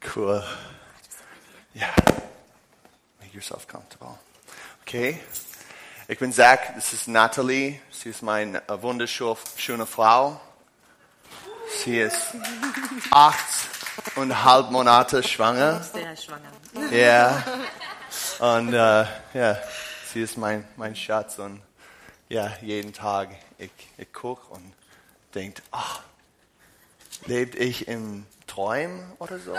Cool. Ja. Make yourself comfortable. Okay. Ich bin Zach, das ist Natalie. Sie ist meine äh, wunderschöne Frau. Sie ist acht und halb Monate schwanger. Sehr schwanger. Ja. Und äh, ja, sie ist mein, mein Schatz. Und ja, jeden Tag, ich, ich gucke und denke, ach, lebt ich im Träumen oder so?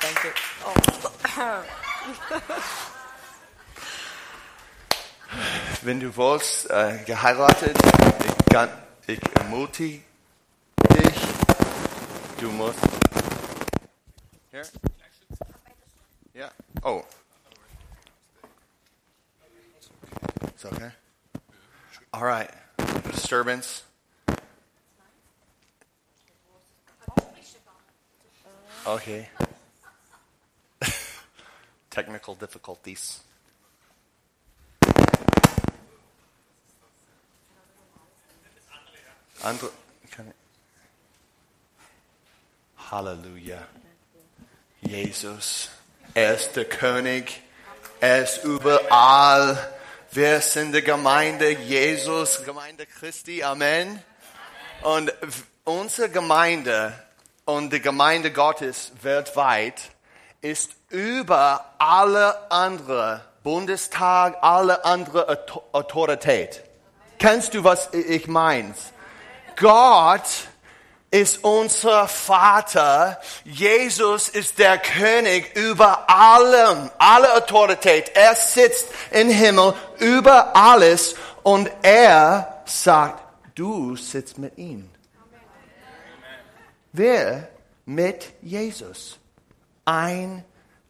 Danke. Wenn du willst, äh, geheiratet, ich, kann, ich ermutige dich, du musst. Hier? Ja. Oh. It's okay. All right. Disturbance. Okay. Technical difficulties. Andre, kann ich- Halleluja. Jesus, er ist der König, er ist überall. Wir sind die Gemeinde Jesus, Gemeinde Christi, Amen. Und w- unsere Gemeinde und die Gemeinde Gottes weltweit ist über alle andere Bundestag, alle andere Auto- Autorität. Kennst du, was i- ich meins? Gott ist unser Vater. Jesus ist der König über allem, alle Autorität. Er sitzt im Himmel über alles und er sagt, du sitzt mit ihm. Wer mit Jesus? Ein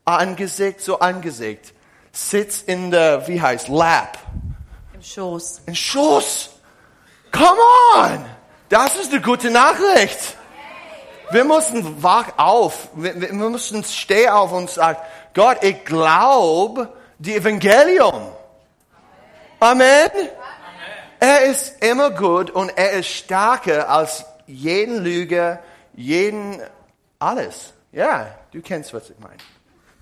Angesicht zu Angesicht. Sitzt in der, wie heißt, Lab. Im Schoß. Ein Schuss. Come on. Das ist eine gute Nachricht. Wir müssen wach auf. Wir, wir wir müssen steh auf und sagen, Gott, ich glaube die Evangelium. Amen. Er ist immer gut und er ist stärker als jeden Lüge, jeden alles. Ja, du kennst, was ich meine.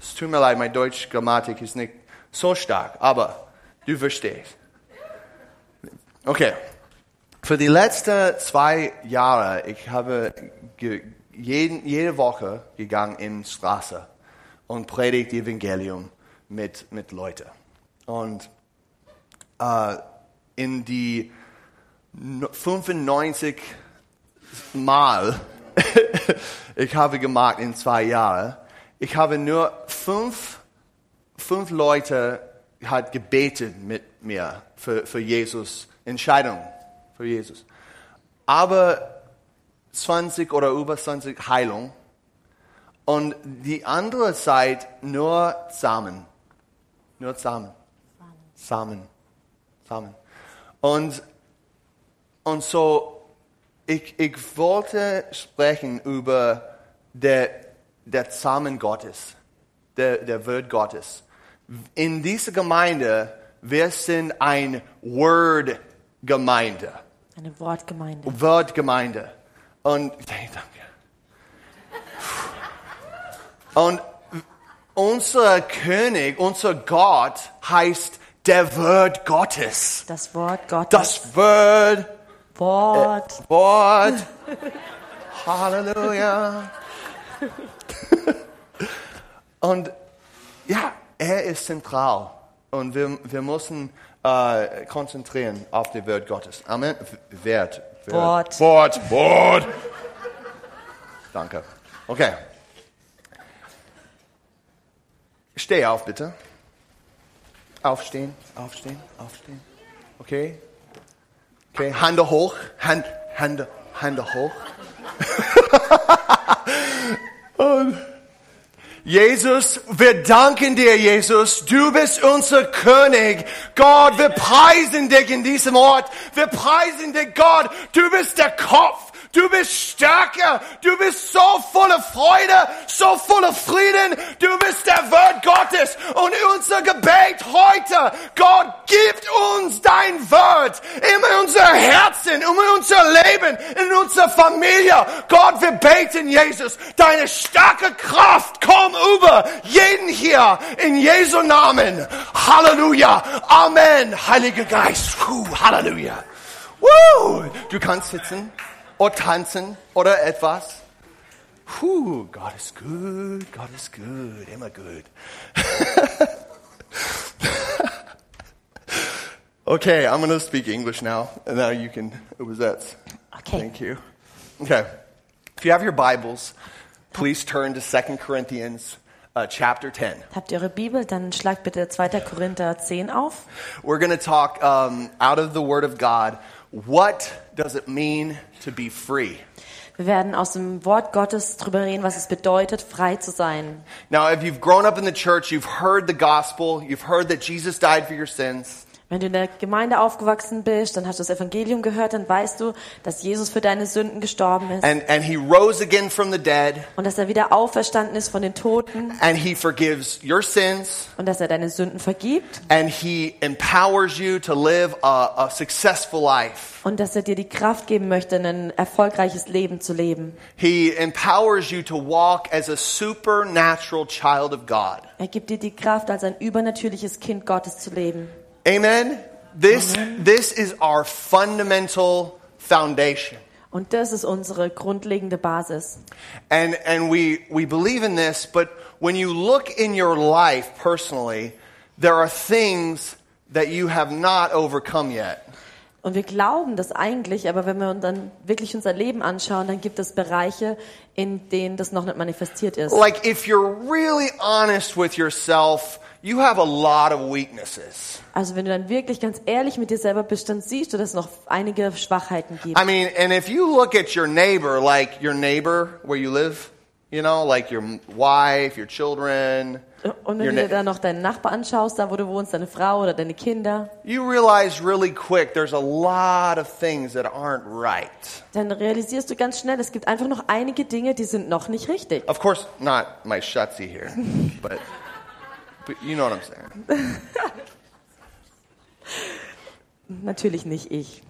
Es tut mir leid, meine deutsche Grammatik ist nicht so stark, aber du verstehst. Okay. Für die letzten zwei Jahre, ich habe ge, jeden, jede Woche gegangen in die Straße und predigt die Evangelium mit, mit Leuten. Und äh, in die no- 95 Mal, ich habe gemacht in zwei Jahren, ich habe nur fünf fünf Leute hat gebetet mit mir für, für Jesus, Entscheidung für Jesus. Aber 20 oder über 20 Heilung und die andere Zeit nur Samen. Nur Samen. Samen. Samen. Und, und so ich, ich wollte sprechen über der, der Samen Gottes, der, der Wort Gottes. In dieser Gemeinde, wir sind ein Word-Gemeinde, Eine Wortgemeinde. Word-Gemeinde. Und, hey, danke. Und unser König, unser Gott heißt der Word Gottes. Das Wort Gottes. Das Word Wort. Wort. Halleluja. Und ja, er ist zentral. Und wir, wir müssen äh, konzentrieren auf die Wort Gottes. Amen. W- Wert. Wert. Wort. Wort. Wort. Danke. Okay. Steh auf, bitte. Aufstehen, aufstehen, aufstehen. Okay, Okay, Hände hoch, Hand, Hände, Hände hoch. Und Jesus, wir danken dir, Jesus. Du bist unser König. Gott, wir preisen dich in diesem Ort. Wir preisen dich, Gott. Du bist der Kopf. Du bist stärker. Du bist so voller Freude, so voller Frieden. Du bist der Wort Gottes. Und unser Gebet heute, Gott, gib uns dein Wort. In unser Herzen, in unser Leben, in unsere Familie. Gott, wir beten, Jesus, deine starke Kraft, komm über jeden hier, in Jesu Namen. Halleluja. Amen. Heiliger Geist. Puh, Halleluja. Woo! Du kannst sitzen oder tanzen oder etwas. Puh, Gott ist gut, Gott ist gut, immer gut. okay, I'm going to speak English now, and now you can übersetzt. Okay. Thank you. Okay. If you have your Bibles, please turn to 2 Corinthians uh, chapter 10. Habt ihr eure Bibel? Dann schlagt bitte 2. Korinther 10 auf. We're going to talk um, out of the Word of God. What does it mean to be free? Wir werden aus dem Wort Gottes drüber reden, was es bedeutet, frei zu sein. Now, if you've grown up in the church, you've heard the gospel, you've heard that Jesus died for your sins. Wenn du in der Gemeinde aufgewachsen bist, dann hast du das Evangelium gehört, dann weißt du, dass Jesus für deine Sünden gestorben ist And, and he rose again from the dead, und dass er wieder auferstanden ist von den Toten and he forgives your sins, und dass er deine Sünden vergibt and he empowers you to live a, a successful life. und dass er dir die Kraft geben möchte, ein erfolgreiches Leben zu leben. He empowers you to walk as a supernatural child of God. Er gibt dir die Kraft, als ein übernatürliches Kind Gottes zu leben. Amen? This, this is our fundamental foundation. Und das ist unsere grundlegende Basis. And, and we, we believe in this, but when you look in your life personally, there are things that you have not overcome yet. Und wir glauben das eigentlich, aber wenn wir uns dann wirklich unser Leben anschauen, dann gibt es Bereiche, in denen das noch nicht manifestiert ist. Like, if you're really honest with yourself, you have a lot of weaknesses. Also wenn du dann wirklich ganz ehrlich mit dir selber bist, dann siehst du, dass es noch einige Schwachheiten gibt. I mean, and if you look at your neighbor, like your neighbor where you live, you know, like your wife, your children, Und your wenn du dir ne- dann noch deinen Nachbar anschaust, da wo du wohnst, deine Frau oder deine Kinder, you realize really quick there's a lot of things that aren't right. dann realisierst du ganz schnell, es gibt einfach noch einige Dinge, die sind noch nicht richtig. Of course, not my Shotzi here, but but you know what I'm saying. Natürlich nicht ich.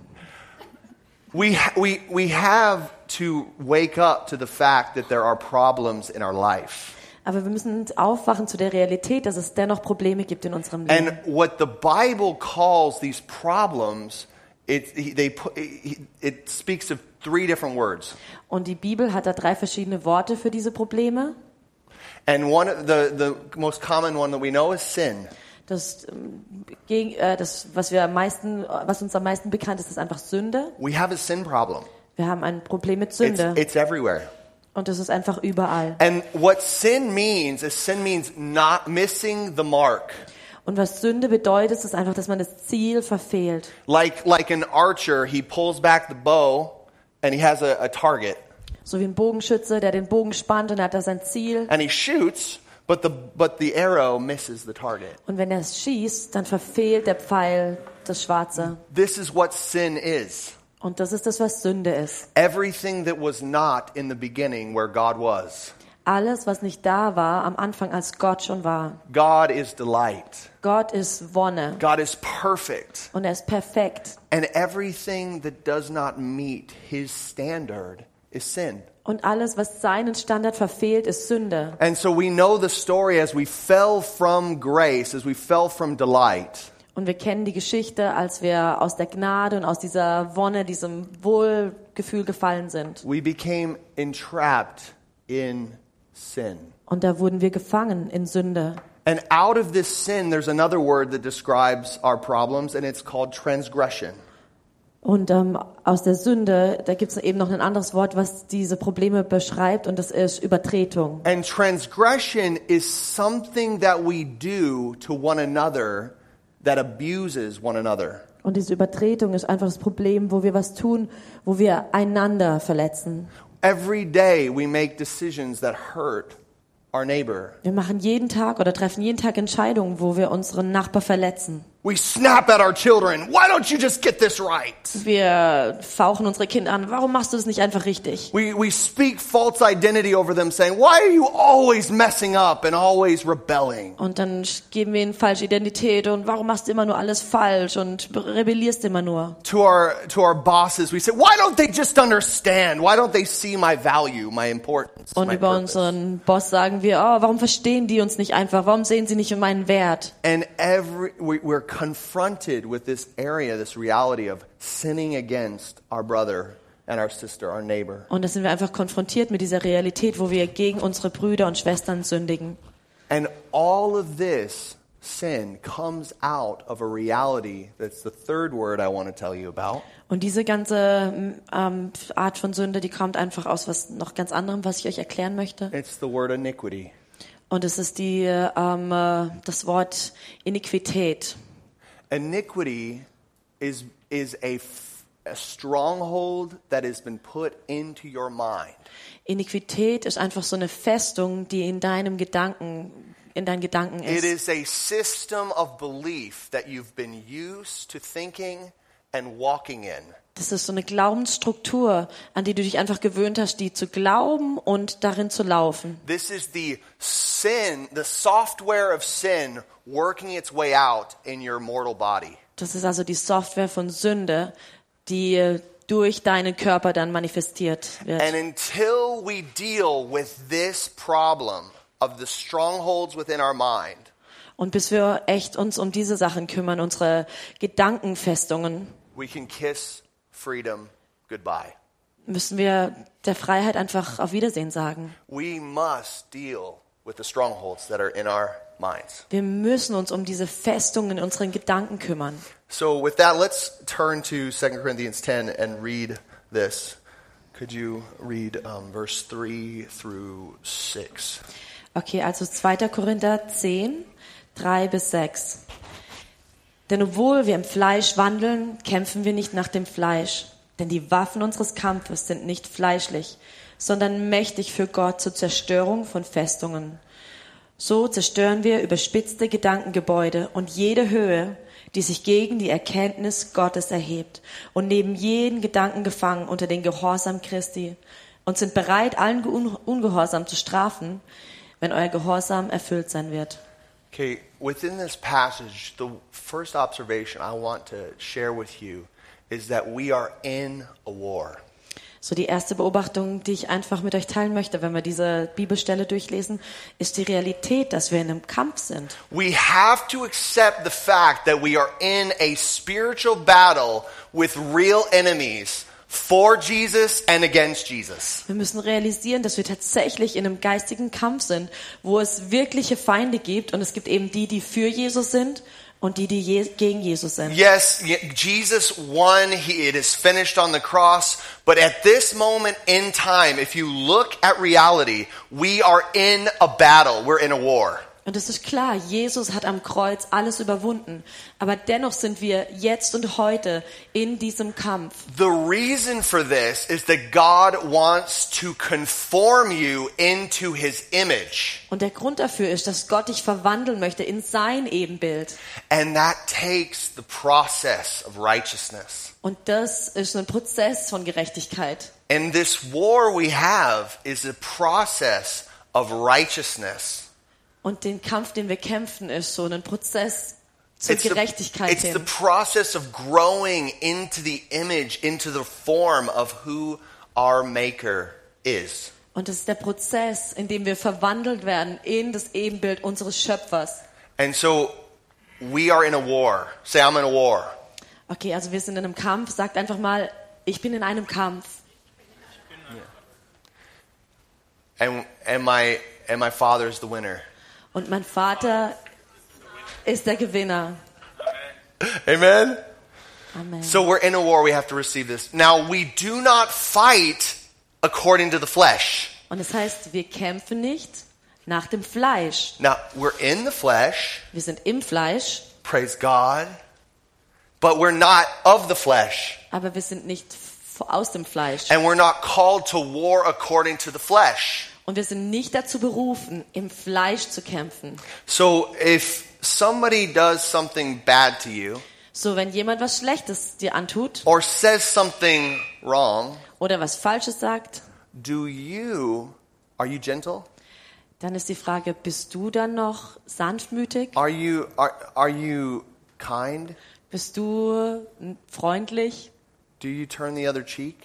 We ha- we we have to wake up to the fact that there are problems in our life, Aber wir müssen aufwachen zu der Realität, dass es dennoch Probleme gibt in unserem Leben. and what the Bible calls these problems, it he- they put it, it speaks of three different words, Und die Bibel hat da drei verschiedene Worte für diese Probleme. and one of the the most common one that we know is sin, Das, ähm, gegen, äh, das was, wir am meisten, was uns am meisten bekannt ist, ist einfach Sünde. we have a sin problem. Wir haben ein Problem mit It's, Sünde. it's everywhere. Und das ist einfach überall. And what sin means is sin means not missing the mark. Und was Sünde bedeutet, ist einfach, dass man das Ziel verfehlt. Like like an archer, he pulls back the bow and he has a, a target So wie ein Bogenschütze, der den Bogen spannt und er hat da sein Ziel. and he shoots, but the but the arrow misses the target. Und wenn er es schießt, dann verfehlt der Pfeil das Schwarze. This is what sin is. Und das ist das, was Sünde ist. Everything that was not in the beginning where God was. Alles, was nicht da war am Anfang, als Gott schon war. God is delight. Gott ist Wonne God is perfect. und er ist perfekt. And everything that does not meet his standard is sin. Und alles, was seinen Standard verfehlt, ist Sünde. And so we know the story as we fell from grace, as we fell from delight. Und wir kennen die Geschichte, als wir aus der Gnade und aus dieser Wonne, diesem Wohlgefühl gefallen sind. We became entrapped in sin. Und da wurden wir gefangen in Sünde. And out of this sin, there's another word that describes our problems, and it's called transgression. Und ähm, aus der Sünde, da gibt es eben noch ein anderes Wort, was diese Probleme beschreibt, und das ist Übertretung. And transgression is something that we do to one another that abuses one another. Und diese Übertretung ist einfach das Problem, wo wir was tun, wo wir einander verletzen. Every day, we make decisions that hurt our neighbor. Wir machen jeden Tag oder treffen jeden Tag Entscheidungen, wo wir unseren Nachbar verletzen. We snap at our children. Why don't you just get this right? Wir fauchen unsere Kinder an. Warum machst du das nicht einfach richtig? We, we speak false identity over them, saying, Why are you always messing up and always rebelling? Und dann geben wir ihnen falsche Identität und warum machst du immer nur alles falsch und rebellierst immer nur? To our, to our bosses, we say, Why don't they just understand? Why don't they see my value, my importance? Und my über purpose?" unseren Boss sagen wir, oh, warum verstehen die uns nicht einfach? Warum sehen sie nicht meinen Wert? And every, we, we're confronted with this area, this reality of sinning against our brother and our sister, our neighbor. Und da sind wir einfach konfrontiert mit dieser Realität, wo wir gegen unsere Brüder und Schwestern sündigen. And all of this sin comes out of a reality that's the third word I want to tell you about. Und diese ganze ähm, Art von Sünde, die kommt einfach aus was noch ganz anderem, was ich euch erklären möchte. It's the word iniquity. Und es ist die, ähm, äh, das Wort Iniquität. Iniquity is, is a, f- a stronghold that has been put into your mind. Iniquität ist einfach so eine Festung, die in deinem Gedanken, in deinen Gedanken It is ist. a system of belief that you've been used to thinking and walking in. Das ist so eine Glaubensstruktur, an die du dich einfach gewöhnt hast, die zu glauben und darin zu laufen. This is the sin, the software of sin working its way out in your mortal body. Das ist also die Software von Sünde, die äh, durch deinen Körper dann manifestiert wird. And until we deal with this problem of the strongholds within our mind, Und bis wir echt uns um diese Sachen kümmern, unsere Gedankenfestungen, we can kiss freedom goodbye. müssen wir der Freiheit einfach auf Wiedersehen sagen. We must deal with the strongholds that are in our minds. Wir müssen uns um diese Festungen in unseren Gedanken kümmern. So, with that, let's turn to 2 Corinthians 10 and read this. Could you read um, verse 3 through 6? Okay, also 2. Korinther 10, 3 bis 6. Denn obwohl wir im Fleisch wandeln, kämpfen wir nicht nach dem Fleisch. Denn die Waffen unseres Kampfes sind nicht fleischlich, sondern mächtig für Gott zur Zerstörung von Festungen. So zerstören wir überspitzte Gedankengebäude und jede Höhe, die sich gegen die Erkenntnis Gottes erhebt und neben jeden Gedanken gefangen unter den Gehorsam Christi und sind bereit, allen Unge- Ungehorsam zu strafen, wenn euer Gehorsam erfüllt sein wird. Okay, within this passage, the first observation I want to share with you is that we are in a war. So die erste Beobachtung, die ich einfach mit euch teilen möchte, wenn wir diese Bibelstelle durchlesen, ist die Realität, dass wir in einem Kampf sind. We have to accept the fact that we are in a spiritual battle with real enemies for Jesus and against Jesus. Wir müssen realisieren, dass wir tatsächlich in einem geistigen Kampf sind, wo es wirkliche Feinde gibt und es gibt eben die, die für Jesus sind und die, die je gegen Jesus sind. Yes, ye- Jesus won. He, it is finished on the cross. But at this moment in time, if you look at reality, we are in a battle. We're in a war. Und es ist klar, Jesus hat am Kreuz alles überwunden, aber dennoch sind wir jetzt und heute in diesem Kampf. The reason for this is that God wants to conform you into his image. Und der Grund dafür ist, dass Gott dich verwandeln möchte in sein Ebenbild. And that takes the process of righteousness. Und das ist ein Prozess von Gerechtigkeit. And this war we have is a process of righteousness. Und den Kampf, den wir kämpfen, ist so ein Prozess zur Gerechtigkeit it's hin. the process of growing into the image, into the form of who our Maker is. Und das ist der Prozess, in dem wir verwandelt werden in das Ebenbild unseres Schöpfers. And so we are in a war. Say, I'm in a war. Okay, also wir sind in einem Kampf. Sagt einfach mal, ich bin in einem Kampf. And, and, my, and my father's the winner. Und mein Vater ist der Gewinner. Amen? Amen. So we're in a war. We have to receive this. Now, we do not fight according to the flesh. Und das heißt, wir kämpfen nicht nach dem Fleisch. Now, we're in the flesh. Wir sind im Fleisch, Praise God. But we're not of the flesh. aber wir sind nicht f- aus dem Fleisch. And we're not called to war according to the flesh. Und wir sind nicht dazu berufen, im Fleisch zu kämpfen. So if somebody does something bad to you So, wenn jemand was Schlechtes dir antut or says something wrong, oder was Falsches sagt, do you are you gentle? dann ist die Frage, bist du dann noch sanftmütig? Are you are are you kind? Bist du n- freundlich? Do you turn the other cheek?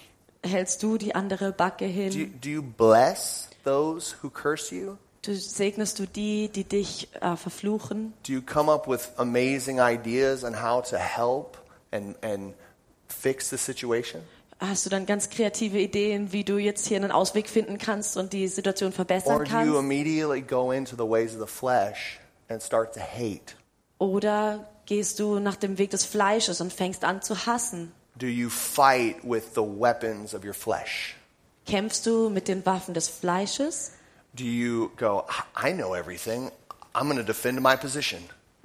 Hältst du die andere Backe Do you, hin? do you bless those who curse you? Du segnest du die, die dich äh, verfluchen? Do you come up with amazing ideas on how to help and and fix the situation? Hast du dann ganz kreative Ideen, wie du jetzt hier einen Ausweg finden kannst und die Situation verbessern Or do you kannst? immediately go into the ways of the flesh and start to hate? Oder gehst du nach dem Weg des Fleisches und fängst an zu hassen? Do you fight with the weapons of your flesh? Kämpfst du mit den Waffen des Fleisches? Do you go, "I- I know everything, I'm going to defend my position?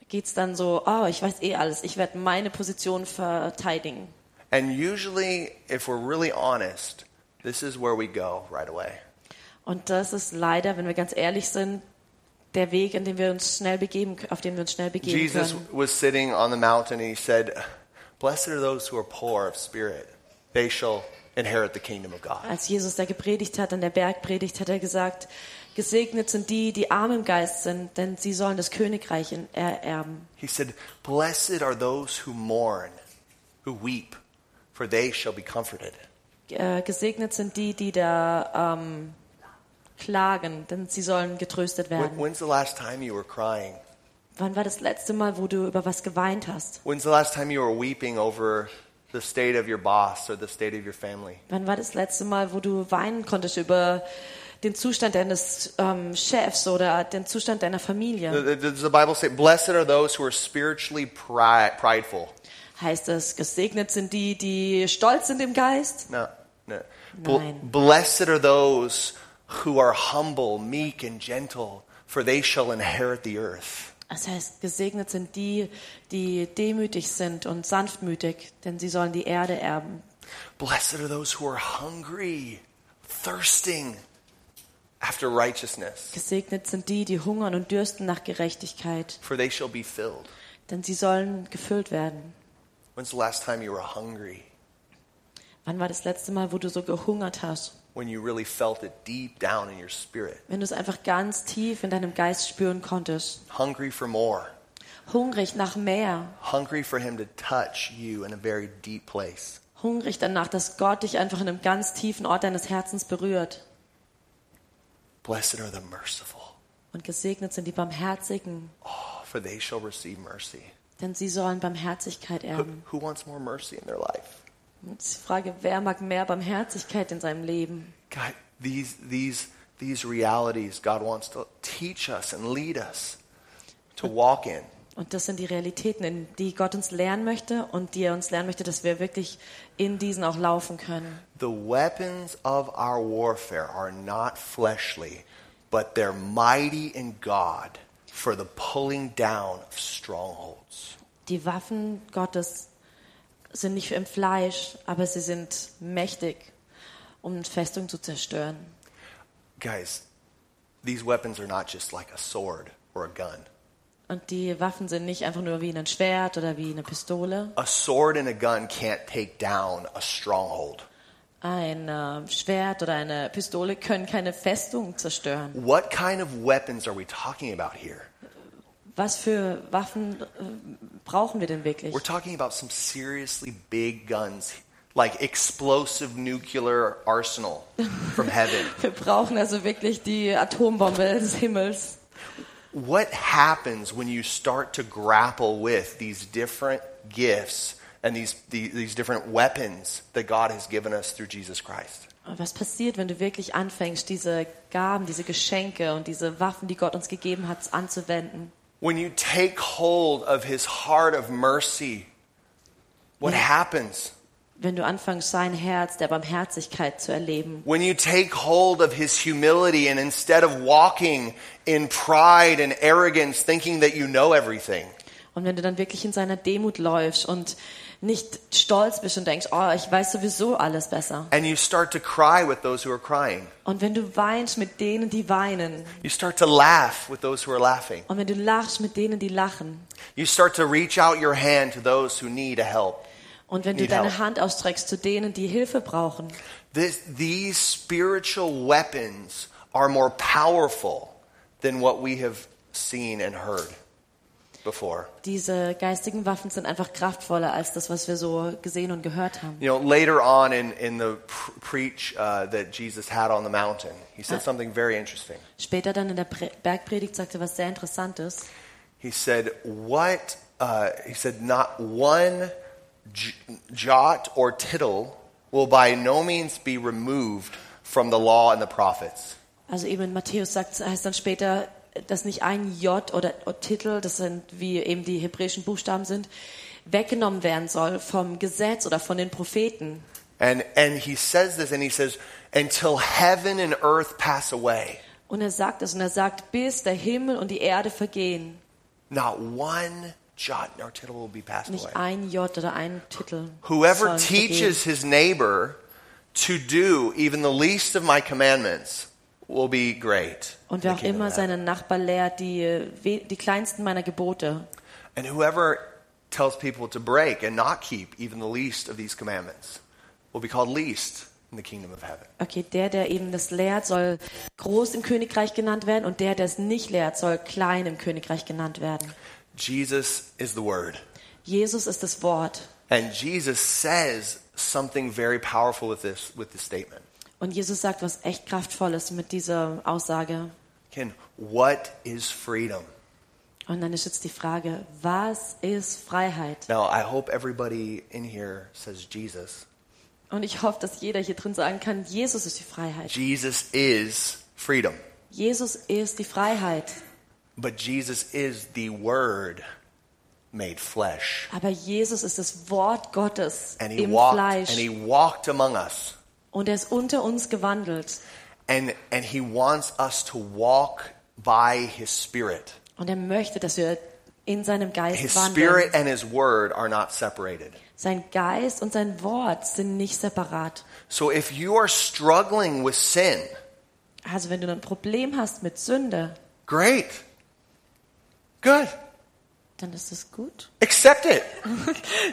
Geht's dann so, oh, ich weiß eh alles, ich werde meine Position verteidigen? And usually, if we're really honest, this is where we go right away. Und das ist leider, wenn wir ganz ehrlich sind, der Weg, in den wir uns schnell begeben, auf den wir uns schnell begeben Jesus können. was sitting on the mountain and he said, Blessed are those who are poor of spirit, they shall inherit the kingdom of God. Als Jesus da gepredigt hat, an der Bergpredigt, hat er gesagt, gesegnet sind die, die arm im Geist sind, denn sie sollen das Königreich in- ererben. He said, Blessed are those who mourn, who weep, for they shall be comforted. Äh, gesegnet sind die, die da ähm, klagen, denn sie sollen getröstet When, werden. when's the last time you were crying? Wann war das letzte Mal, wo du über was geweint hast? When's the last time you were weeping over the state of your boss or the state of your family? Wann war das letzte Mal, wo du weinen konntest über den Zustand deines ähm, Chefs oder den Zustand deiner Familie? Th- th- Does the Bible say, Blessed are those who are spiritually pri- prideful? Heißt es, gesegnet sind die, die stolz sind im Geist? No, no. Bl- Nein. Blessed are those who are humble, meek, and gentle, for they shall inherit the earth. Das heißt, gesegnet sind die, die demütig sind und sanftmütig, denn sie sollen die Erde erben. Blessed are those who are hungry, thirsting after righteousness, Gesegnet sind die, die hungern und dürsten nach Gerechtigkeit, for they shall be filled. denn sie sollen gefüllt werden. When's the last time you were hungry? Wann war das letzte Mal, wo du so gehungert hast? When you really felt it deep down in your spirit, Wenn du es einfach ganz tief in deinem Geist spüren konntest. hungry for more, Hungrig nach mehr. hungry for Him to touch you in a very deep place. Hungrig danach, dass Gott dich einfach in einem ganz tiefen Ort deines Herzens berührt. Blessed are the merciful, Und gesegnet sind die Barmherzigen, oh, for they shall receive mercy. Denn sie sollen Barmherzigkeit Who, erben. who wants more mercy in their life? Und die Frage, wer mag mehr Barmherzigkeit in seinem Leben? God, these, these, these realities God wants to teach us and lead us to walk in. Und das sind die Realitäten, in die Gott uns lernen möchte und die er uns lernen möchte, dass wir wirklich in diesen auch laufen können. The weapons of our warfare are not fleshly, but they're mighty in God for the pulling down of strongholds. Die Waffen Gottes sind nicht im Fleisch, aber sie sind mächtig, um Festungen zu zerstören. Guys, these weapons are not just like a sword or a gun. Und die Waffen sind nicht einfach nur wie ein Schwert oder wie eine Pistole. A sword and a gun can't take down a stronghold. Ein äh, Schwert oder eine Pistole können keine Festung zerstören. What kind of weapons are we talking about here? Was für Waffen äh, brauchen wir denn wirklich? We're talking about some seriously big guns, like explosive nuclear arsenal from heaven. Wir brauchen also wirklich die Atombombe des Himmels. what happens when you start to grapple with these different gifts and these, these, these different weapons that God has given us through Jesus Christ? Und Was passiert, wenn du wirklich anfängst, diese Gaben, diese Geschenke und diese Waffen, die Gott uns gegeben hat, anzuwenden? When you take hold of his heart of mercy, what happens? Wenn du anfängst, sein Herz der Barmherzigkeit zu erleben. When you take hold of his humility and instead of walking in pride and arrogance, thinking that you know everything, Und wenn du dann wirklich in seiner Demut läufst und nicht stolz bist und denkst, oh, ich weiß sowieso alles besser. And you start to cry with those who are crying. Und wenn du weinst mit denen, die weinen. You start to laugh with those who are laughing. Und wenn du lachst mit denen, die lachen. You start to reach out your hand to those who need a help. Und wenn du Need deine help. Hand ausstreckst zu denen, die Hilfe brauchen. This, these spiritual weapons are more powerful than what we have seen and heard before. Diese geistigen Waffen sind einfach kraftvoller als das, was wir so gesehen und gehört haben. You know, later on in, in the pr- preach uh, that Jesus had on the mountain, he said something very interesting. Später dann in der Pre Bergpredigt sagte was sehr Interessantes. He said, What, uh, he said, not one j- jot or tittle will by no means be removed from the law and the prophets. Also eben in Matthäus sagt, heißt dann später, dass nicht ein J oder Titel, das sind wie eben die hebräischen Buchstaben sind, weggenommen werden soll vom Gesetz oder von den Propheten. And, and he says this, and he says, Until heaven and earth pass away, Und er sagt es und er sagt, bis der Himmel und die Erde vergehen, not one jot nor tittle will be passed away. nicht ein J oder ein Titel. Whoever sollen vergehen. teaches his neighbor to do even the least of my commandments will be great. in und the wer auch kingdom immer of heaven. seinen Nachbar lehrt, die, äh, we- die kleinsten meiner Gebote. And whoever tells people to break and not keep even the least of these commandments will be called least in the kingdom of heaven. Okay, der, der eben das lehrt, soll groß im Königreich genannt werden und der, der es nicht lehrt, soll klein im Königreich genannt werden. Jesus is the word. Jesus ist das Wort. And Jesus says something very powerful with this with this statement. Und Jesus sagt was echt Kraftvolles mit dieser Aussage. Ken, what is freedom? Und dann ist jetzt die Frage, was ist Freiheit? Now, I hope everybody in here says Jesus. Und ich hoffe, dass jeder hier drin sagen kann, Jesus ist die Freiheit. Jesus is freedom. Jesus ist die Freiheit. But Jesus is the word made flesh. Aber Jesus ist das Wort Gottes And he im walked and he Fleisch. walked among us. Und er ist unter uns gewandelt. And, and he wants us to walk by his spirit. Und er möchte, dass wir in seinem Geist His wandeln. spirit and his word are not separated. Sein Geist und sein Wort sind nicht separat. So if you are struggling with sin, Also wenn du ein Problem hast mit Sünde, great. Good. dann ist es gut. Accept it.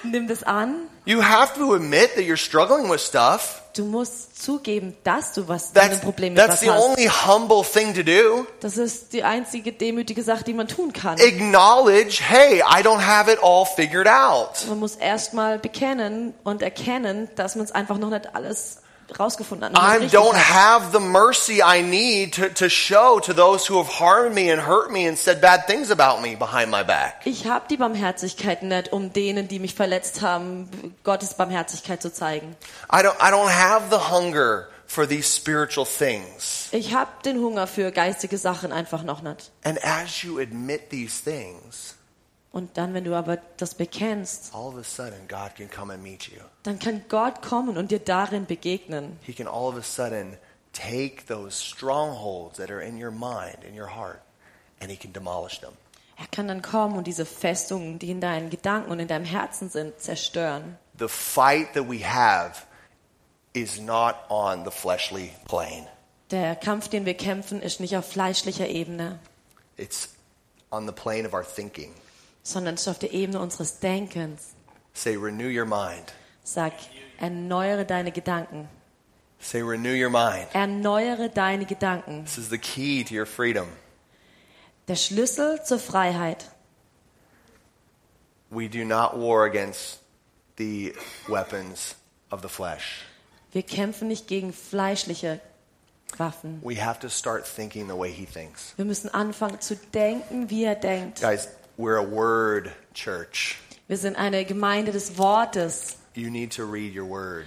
Nimm das an. You have to admit that you're struggling with stuff. Du musst zugeben, dass du was mit That's, einem Problem mit that's was the hast. only humble thing to do. Das ist die einzige demütige Sache, die man tun kann. Acknowledge, hey, I don't have it all figured out. Man muss erstmal bekennen und erkennen, dass man es einfach noch nicht alles rausgefunden hat. noch nicht I richtig don't hat. have the mercy I need to, to show to those who have harmed me and hurt me and said bad things about me behind my back. Ich habe die Barmherzigkeit nicht, um denen, die mich verletzt haben, Gottes Barmherzigkeit zu zeigen. I don't, I don't have the hunger for these spiritual things. Ich habe den Hunger für geistige Sachen einfach noch nicht. And as you admit these things, Und dann, wenn du aber das bekennst, all of a sudden God can come and meet you. dann kann Gott kommen und dir darin begegnen. He can all of a sudden take those strongholds that are in your mind, in your heart, and he can demolish them. Er kann dann kommen und diese Festungen, die in deinen Gedanken und in deinem Herzen sind, zerstören. The fight that we have is not on the fleshly plane. Der Kampf, den wir kämpfen, ist nicht auf fleischlicher Ebene, It's on the plane of our thinking. sondern ist auf der Ebene unseres Denkens. Say, renew your mind. Sag, erneuere deine Gedanken. Say, renew your mind. Erneuere deine Gedanken. This is the key to your freedom. Der Schlüssel zur Freiheit. We do not war against the weapons of the flesh. Wir kämpfen nicht gegen fleischliche Waffen. We have to start thinking the way he thinks. Wir müssen anfangen zu denken, wie er denkt. Guys, we're a word church. Wir sind eine Gemeinde des Wortes. You need to read your word.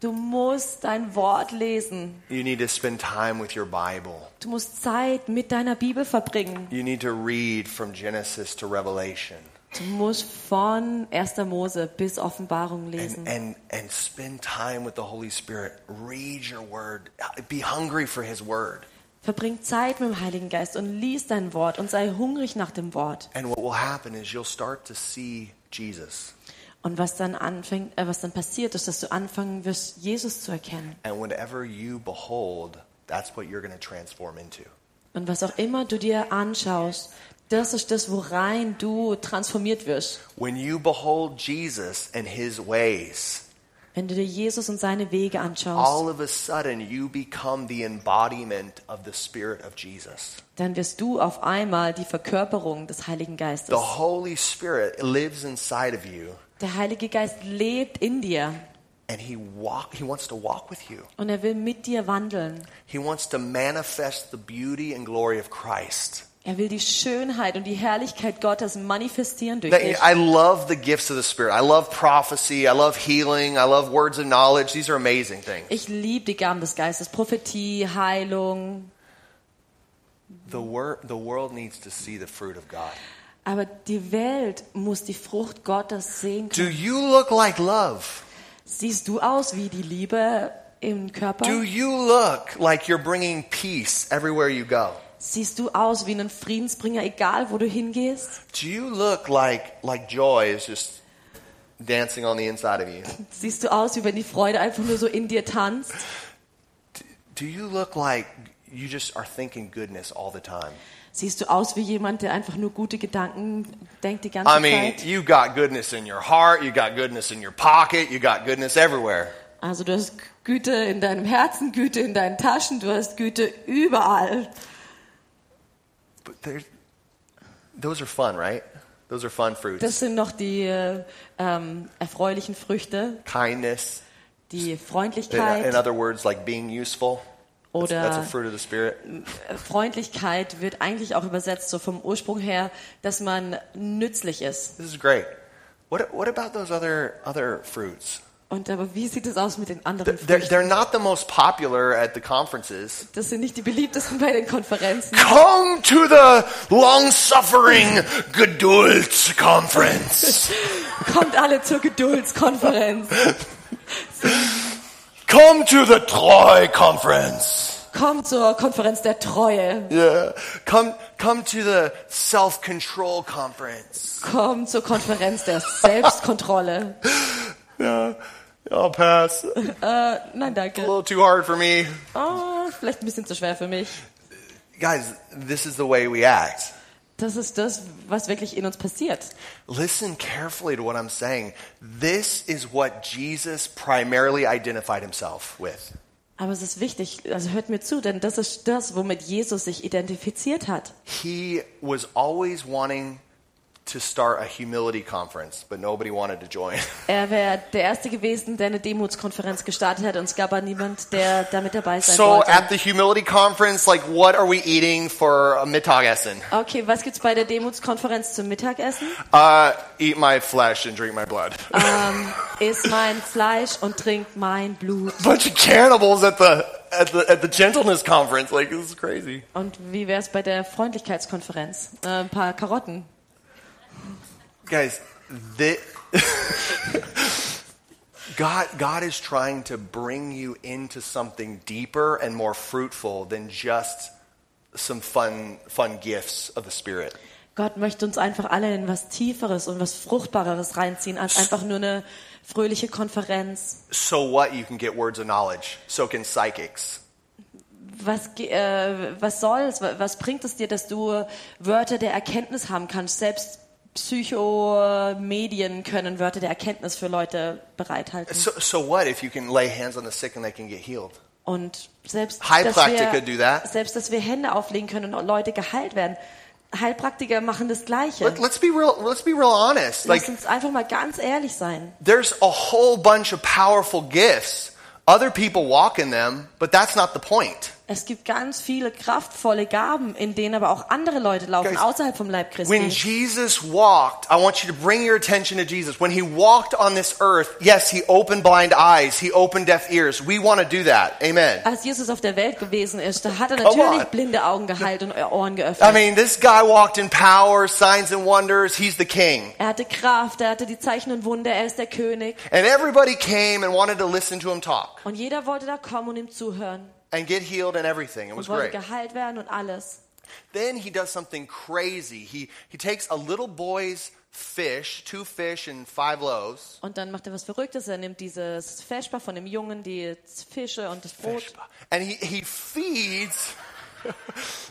Du musst dein Wort lesen. You need to spend time with your Bible. Du musst Zeit mit deiner Bibel verbringen. You need to read from Genesis to Revelation Du musst von 1. Mose bis Offenbarung lesen. and, and, and spend time with the Holy Spirit. Read your word. Be hungry for his word. Verbring Zeit mit dem Heiligen Geist und lies dein Wort und sei hungrig nach dem Wort. And what will happen is you'll start to see Jesus. Und was dann anfängt, äh, was dann passiert, ist, dass du anfangen wirst, Jesus zu erkennen. And whatever you behold, that's what you're going to transform into. Und was auch immer du dir anschaust, das ist das, worein du transformiert wirst. When you behold Jesus and his ways, Wenn du dir Jesus und seine Wege anschaust, all of a sudden you become the embodiment of the Spirit of Jesus. dann wirst du auf einmal die Verkörperung des Heiligen Geistes. The Holy Spirit lives inside of you, Der Heilige Geist lebt in dir and he, walk, he wants to walk with you. und er will mit dir wandeln. He wants to manifest the beauty and glory of Christ. Er will die Schönheit und die Herrlichkeit Gottes manifestieren durch dich. That- I love the gifts of the Spirit. I love prophecy. I love healing. I love words of knowledge. These are amazing things. Ich liebe die Gaben des Geistes, Prophetie, Heilung. The, wor- the world needs to see the fruit of God. Aber die Welt muss die Frucht Gottes sehen. Do you look like love? Siehst du aus wie die Liebe im Körper? Do you look like you're bringing peace everywhere you go? Siehst du aus wie ein Friedensbringer, egal wo du hingehst? Do you look like like joy is just dancing on the inside of you? Siehst du aus, wie wenn die Freude einfach nur so in dir tanzt? Do you look like you just are thinking goodness all the time? Siehst du aus wie jemand, der einfach nur gute Gedanken denkt die ganze I mean, Zeit? you got goodness in your heart, you got goodness in your pocket, you got goodness everywhere. Also du hast Güte in deinem Herzen, Güte in deinen Taschen, du hast Güte überall. But there's those are fun, right? Those are fun fruits. Das sind noch die äh, ähm, erfreulichen Früchte, Kindness, die in, in Freundlichkeit. other words, like being useful. That's, Oder- that's a fruit of the spirit. Freundlichkeit wird eigentlich auch übersetzt so vom Ursprung her, dass man nützlich ist. This is great. What what about those other other fruits? Und aber wie sieht es aus mit den anderen They're, Früchten? they're not the most popular at the conferences. Das sind nicht die beliebtesten bei den Konferenzen. Come to the long suffering Geduld conference. Kommt alle zur Geduldskonferenz. Come to the Troy conference. Kommt zur Konferenz der Treue. Yeah. Come come to the self control conference. Kommt zur Konferenz der Selbstkontrolle. Yeah. I'll pass. A Äh, nein, danke. little too hard for me. Oh, vielleicht ein bisschen zu schwer für mich. Guys, this is the way we act. Das ist das, was wirklich in uns passiert. Listen carefully to what I'm saying. This is what Jesus primarily identified himself with. Aber es ist wichtig, also hört mir zu, denn das ist das, womit Jesus sich identifiziert hat. he was always wanting to start a humility conference, but nobody wanted to join. Er wäre der Erste gewesen, der eine Demutskonferenz gestartet hat und es gab aber niemand, der da mit dabei sein so wollte. at the humility conference, like, what are we eating for a mittagessen? Okay, was gibt's bei der Demutskonferenz zum Mittagessen? Uh, eat my flesh and drink my blood. Ähm, iss mein Fleisch und trink mein Blut. Bunch of cannibals at the at the at the gentleness conference. Like, this is crazy. Und wie wär's bei der Freundlichkeitskonferenz? Äh, ein paar Karotten. Guys, thi- God, God is trying to bring you into something deeper and more fruitful than just some fun, fun gifts of the Spirit. Gott möchte uns einfach alle in was Tieferes und was Fruchtbareres reinziehen, als einfach nur eine fröhliche Konferenz. So what? You can get words of knowledge. So can psychics. Was, ge- äh, was soll's? Wa- Was bringt es dir, dass du Wörter der Erkenntnis haben kannst? Selbst Psychomedien können Wörter der Erkenntnis für Leute bereithalten. So, so what if you can lay hands on the sick and they can get healed? Und selbst dass, Heilpraktiker do wir, that. selbst, dass wir Hände auflegen können und Leute geheilt werden. Heilpraktiker machen das Gleiche. Let, let's be real. Let's be real honest. Like Lass uns einfach mal ganz ehrlich sein. there's a whole bunch of powerful gifts. Other people walk in them, but that's not the point. Es gibt ganz viele kraftvolle Gaben, in denen aber auch andere Leute laufen, Guys, außerhalb vom Leib Christi. When Jesus walked, I want you to bring your attention to Jesus. When he walked on this earth, yes, he opened blind eyes, he opened deaf ears. We want to do that. Amen. Als Jesus auf der Welt gewesen ist, da hat er Come natürlich on. blinde Augen geheilt und Ohren geöffnet. I mean, this guy walked in power, signs and wonders. He's the king. er hatte Kraft, er hatte die Zeichen und Wunder, er ist der König. And everybody came and wanted to listen to him talk Und jeder wollte da kommen und ihm zuhören. and get healed and everything. It was Und wollte great. geheilt werden und alles. Then he does something crazy. He, he takes a little boy's fish, two fish and five loaves. Und dann macht er was Verrücktes. Er nimmt dieses Feschbar von dem Jungen, die Fische und das Brot. And he, he feeds,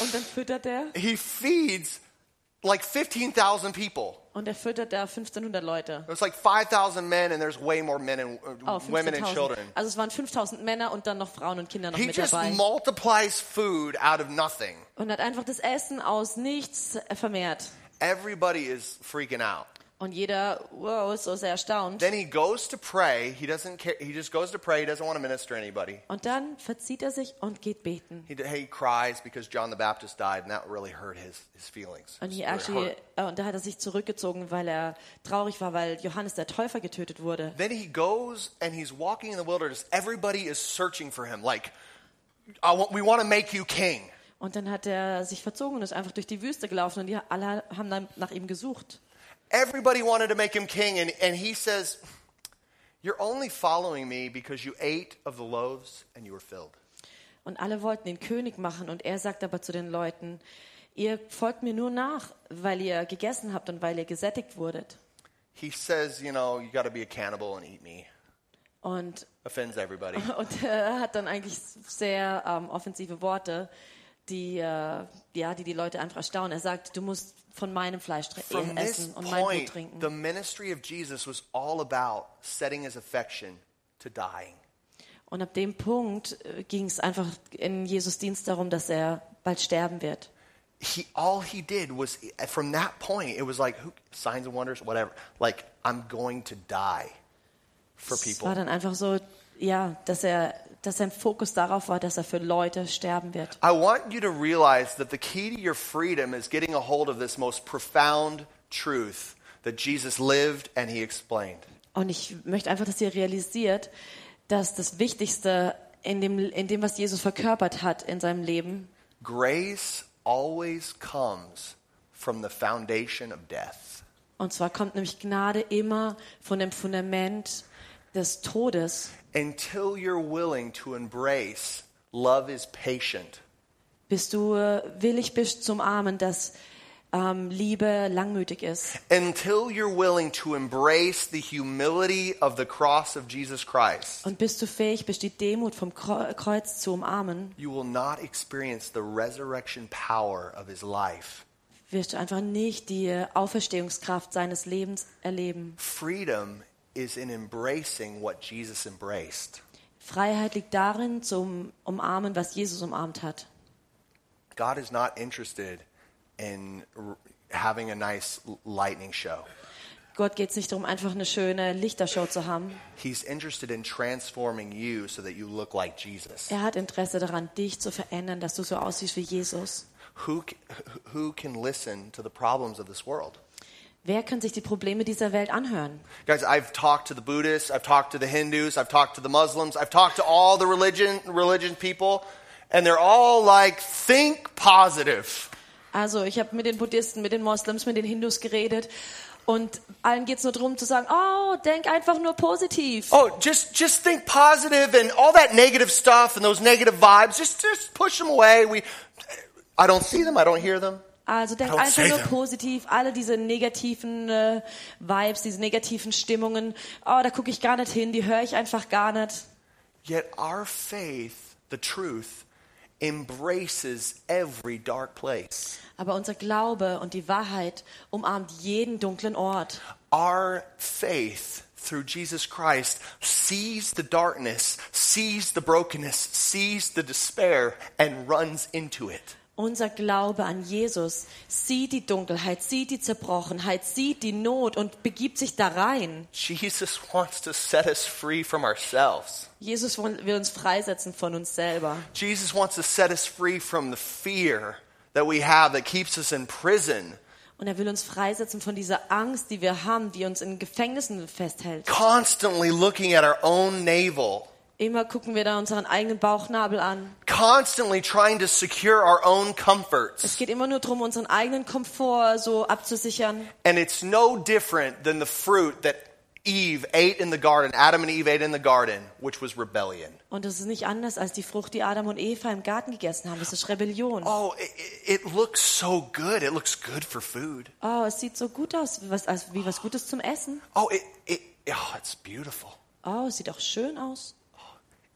Und dann füttert er. he feeds like 15,000 people. Und er füttert da 1500 Leute. There's like 5,000 men and there's way more men and Oh, uh, women and 15.000. children. Also es waren 5000 Männer und dann noch Frauen und Kinder noch He mit just dabei. multiplies food out of nothing. Und hat einfach das Essen aus nichts vermehrt. Everybody is freaking out. Und jeder, wow, ist so sehr erstaunt. Then he goes to pray. He doesn't care. He just goes to pray. He doesn't want to minister to anybody. Und dann verzieht er sich und geht beten. He, he cries because John the Baptist died, and that really hurt his, his feelings. Und, he It really actually, hurt. äh, und da hat er sich zurückgezogen, weil er traurig war, weil Johannes der Täufer getötet wurde. Then he goes and he's walking in the wilderness. Everybody is searching for him. Like, I want, we want to make you king. Und dann hat er sich verzogen und ist einfach durch die Wüste gelaufen und die alle haben dann nach ihm gesucht. Everybody wanted to make him king, and, and he says, You're only following me because you ate of the loaves and you were filled. Und alle wollten ihn König machen und er sagt aber zu den Leuten, ihr folgt mir nur nach, weil ihr gegessen habt und weil ihr gesättigt wurdet. He says, You know, you got to be a cannibal and eat me. Und, Offends everybody. und er hat dann eigentlich sehr ähm, offensive Worte, die, äh, ja, die die Leute einfach erstaunen. Er sagt, du musst von meinem Fleisch tr- äh, From this essen und mein Blut point, the trinken. ministry of Jesus was all about setting his affection to dying. Und ab dem Punkt äh, ging es einfach in Jesus Dienst darum, dass er bald sterben wird. He, all he did was, from that point, it was like who, signs and wonders, whatever. Like, I'm going to die for Es war people. dann einfach so, ja, dass er, dass sein Fokus darauf war, dass er für Leute sterben wird. I want you to realize that the key to your freedom is getting a hold of this most profound truth that Jesus lived and he explained. Und ich möchte einfach, dass ihr realisiert, dass das Wichtigste in dem, in dem, was Jesus verkörpert hat in seinem Leben, Grace always comes from the foundation of death. und zwar kommt nämlich Gnade immer von dem Fundament des Todes, until you're willing to embrace love is patient, bis du äh, willig bist zum Armen, dass ähm, Liebe langmütig ist, until you're willing to embrace the humility of the cross of Jesus Christ, und bis du fähig bist, die Demut vom Kre- Kreuz zu umarmen, you will not experience the resurrection power of his life. wirst du einfach nicht die Auferstehungskraft seines Lebens erleben. Freedom is in embracing what Jesus embraced. Freiheit liegt darin, zum Umarmen, was Jesus umarmt hat. God is not interested in r- having a nice l- lightning show. Gott geht es nicht darum, einfach eine schöne Lichtershow zu haben. He's interested in transforming you so that you look like Jesus. Er hat Interesse daran, dich zu verändern, dass du so aussiehst wie Jesus. Who, c- who can listen to the problems of this world? Wer kann sich die Probleme dieser Welt anhören? Guys, I've talked to the Buddhists, I've talked to the Hindus, I've talked to the Muslims, I've talked to all the religion, religion people, and they're all like, think positive. Also, ich habe mit den Buddhisten, mit den Moslems, mit den Hindus geredet und allen geht es nur darum zu sagen, oh, denk einfach nur positiv. Oh, just, just think positive and all that negative stuff and those negative vibes, just, just push them away. We, I don't see them, I don't hear them. Also denk Don't einfach say nur that. positiv, alle diese negativen äh, Vibes, diese negativen Stimmungen, oh, da gucke ich gar nicht hin, die höre ich einfach gar nicht. Yet our faith, the truth, embraces every dark place. Aber unser Glaube und die Wahrheit umarmt jeden dunklen Ort. Our faith through Jesus Christ sees the darkness, sees the brokenness, sees the despair, and runs into it. Unser Glaube an Jesus sieht die Dunkelheit, sieht die Zerbrochenheit, sieht die Not und begibt sich da rein. Jesus wants to set us free from ourselves. Jesus will will uns freisetzen von uns selber. Jesus wants to set us free from the fear that we have that keeps us in prison Und er will uns freisetzen von dieser Angst, die wir haben, die uns in Gefängnissen festhält. constantly looking at our own navel, Immer gucken wir da unseren eigenen Bauchnabel an. constantly trying to secure our own Es comforts. geht immer nur darum, unseren eigenen Komfort so abzusichern. And it's no different than the fruit that Eve ate in the garden, Adam and Eve ate in the garden, which was rebellion. Und es ist nicht anders als die Frucht, die Adam und Eva im Garten gegessen haben. Das ist Rebellion. Oh, it, it it looks so good. It looks good for food. Oh, es sieht so gut aus, wie was, als wie was Gutes zum Essen. Oh, it, it, oh it's beautiful. Oh, es sieht auch schön aus.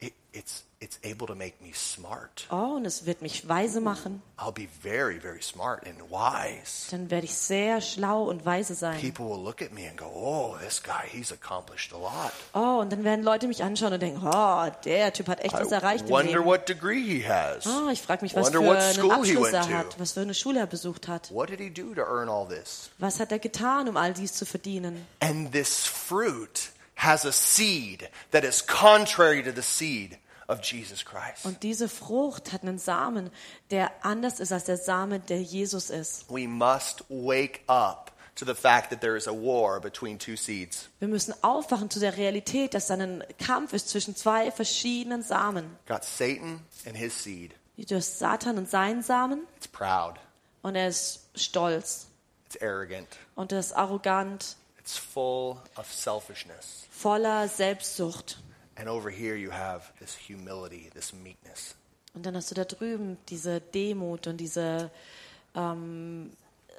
It, it's, it's able to make me smart. Oh, und es wird mich weise machen. I'll be very, very smart and wise. Dann werde ich sehr schlau und weise sein. People will look at me and go, oh, this guy, he's accomplished a lot. Oh, und dann werden Leute mich anschauen und denken, oh, der Typ hat echt was I erreicht im wonder Leben. what degree he has. Oh, ich frage mich, was wonder für what einen school he Abschluss went er to. hat, was für eine Schule er besucht hat. What did he do to earn all this? Was hat er getan, um all dies zu verdienen? And this fruit has a seed that is contrary to the seed of Jesus Christ. Und diese Frucht hat einen Samen, der anders ist als der Samen, der Jesus ist. We must wake up to the fact that there is a war between two seeds. Wir müssen aufwachen zu der Realität, dass da ein Kampf ist zwischen zwei verschiedenen Samen. Got Satan and his seed. Du hast Satan und seinen Samen It's proud. und er ist stolz It's arrogant. und er ist arrogant, It's full of selfishness. voller Selbstsucht. And over here you have this humility, this meekness. Und dann hast du da drüben diese Demut und diese ähm,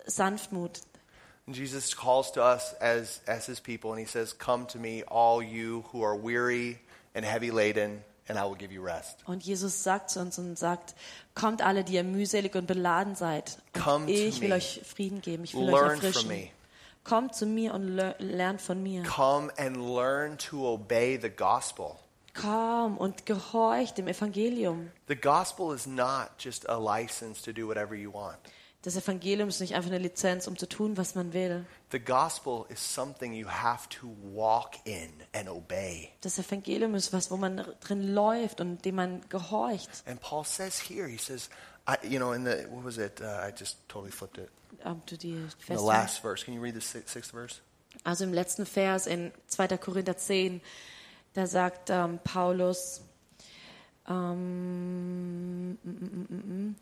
Sanftmut. And Jesus calls to us as, as his people, and he says, Come to me, all you who are weary and heavy laden, and I will give you rest. Und Jesus sagt zu uns und sagt, kommt alle, die ihr mühselig und beladen seid. Und Come to ich will me. euch Frieden geben, ich will Learn euch from erfrischen. me. Kommt zu mir und le- lernt von mir. Come and learn to obey the gospel. Komm und gehorcht dem Evangelium. The gospel is not just a license to do whatever you want. Das Evangelium ist nicht einfach eine Lizenz, um zu tun, was man will. The gospel is something you have to walk in and obey. Das Evangelium ist was, wo man drin läuft und dem man gehorcht. And Paul says here, he says, I, you know, in the, what was it? Uh, I just totally flipped it. Ähm, du die In the Festung. last verse. Can you read the si- sixth verse? Also im letzten Vers in 2. Korinther 10, da sagt ähm, Paulus, ähm, mm, mm, mm, mm.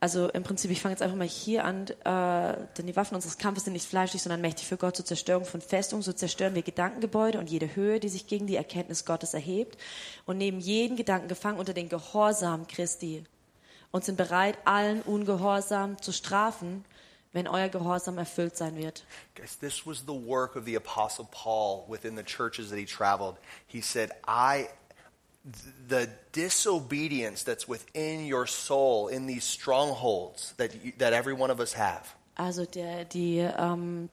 also im Prinzip, ich fange jetzt einfach mal hier an, äh, denn die Waffen unseres Kampfes sind nicht fleischlich, sondern mächtig für Gott zur Zerstörung von Festungen. So zerstören wir Gedankengebäude und jede Höhe, die sich gegen die Erkenntnis Gottes erhebt und nehmen jeden Gedanken gefangen unter den Gehorsam Christi und sind bereit, allen Ungehorsam zu strafen, wenn euer Gehorsam erfüllt sein wird. Guys, this was the work of the Apostle Paul within the churches that he traveled. He said, I, th- the disobedience that's within your soul, in these strongholds that, you, that every one of us have, Also der, die, ähm,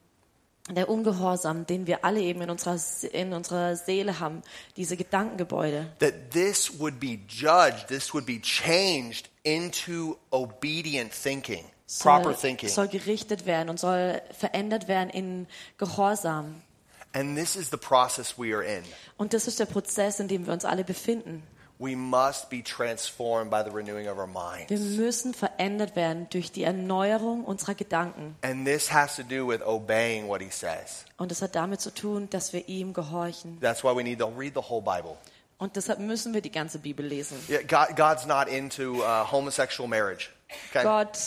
der Ungehorsam, den wir alle eben in unserer, Se- in unserer Seele haben, diese Gedankengebäude, that this would be judged, this would be changed into obedient thinking, proper soll, thinking. soll gerichtet werden und soll verändert werden in Gehorsam. and this is the process we are in. Und das ist der Prozess, in dem wir uns alle befinden. We must be transformed by the renewing of our minds. Wir müssen verändert werden durch die Erneuerung unserer Gedanken. And this has to do with obeying what he says. Und das hat damit zu tun, dass wir ihm gehorchen. That's why we need to read the whole Bible. Und deshalb müssen wir die ganze Bibel lesen. Yeah, God, God's not into uh, homosexual marriage. Okay? Gott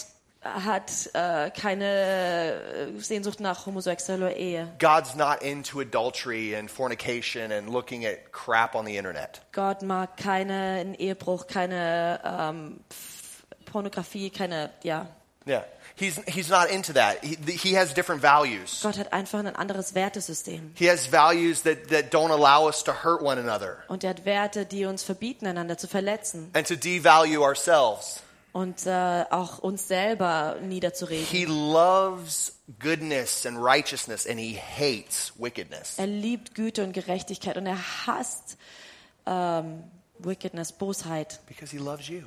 hat äh, keine äh, Sehnsucht nach homosexueller Ehe. God's not into adultery and fornication and looking at crap on the internet. Gott mag keinen Ehebruch, keine ähm, Pf- Pornografie, keine, ja. Yeah. He's, he's not into that. He, he has different values. Gott hat einfach ein anderes Wertesystem. He has values that, that don't allow us to hurt one another Und er hat Werte, die uns verbieten, einander zu verletzen and to devalue ourselves. und äh, auch uns selber niederzureden. He loves goodness and righteousness and he hates wickedness. Er liebt Güte und Gerechtigkeit und er hasst ähm, Wickedness, Bosheit, Because he loves you.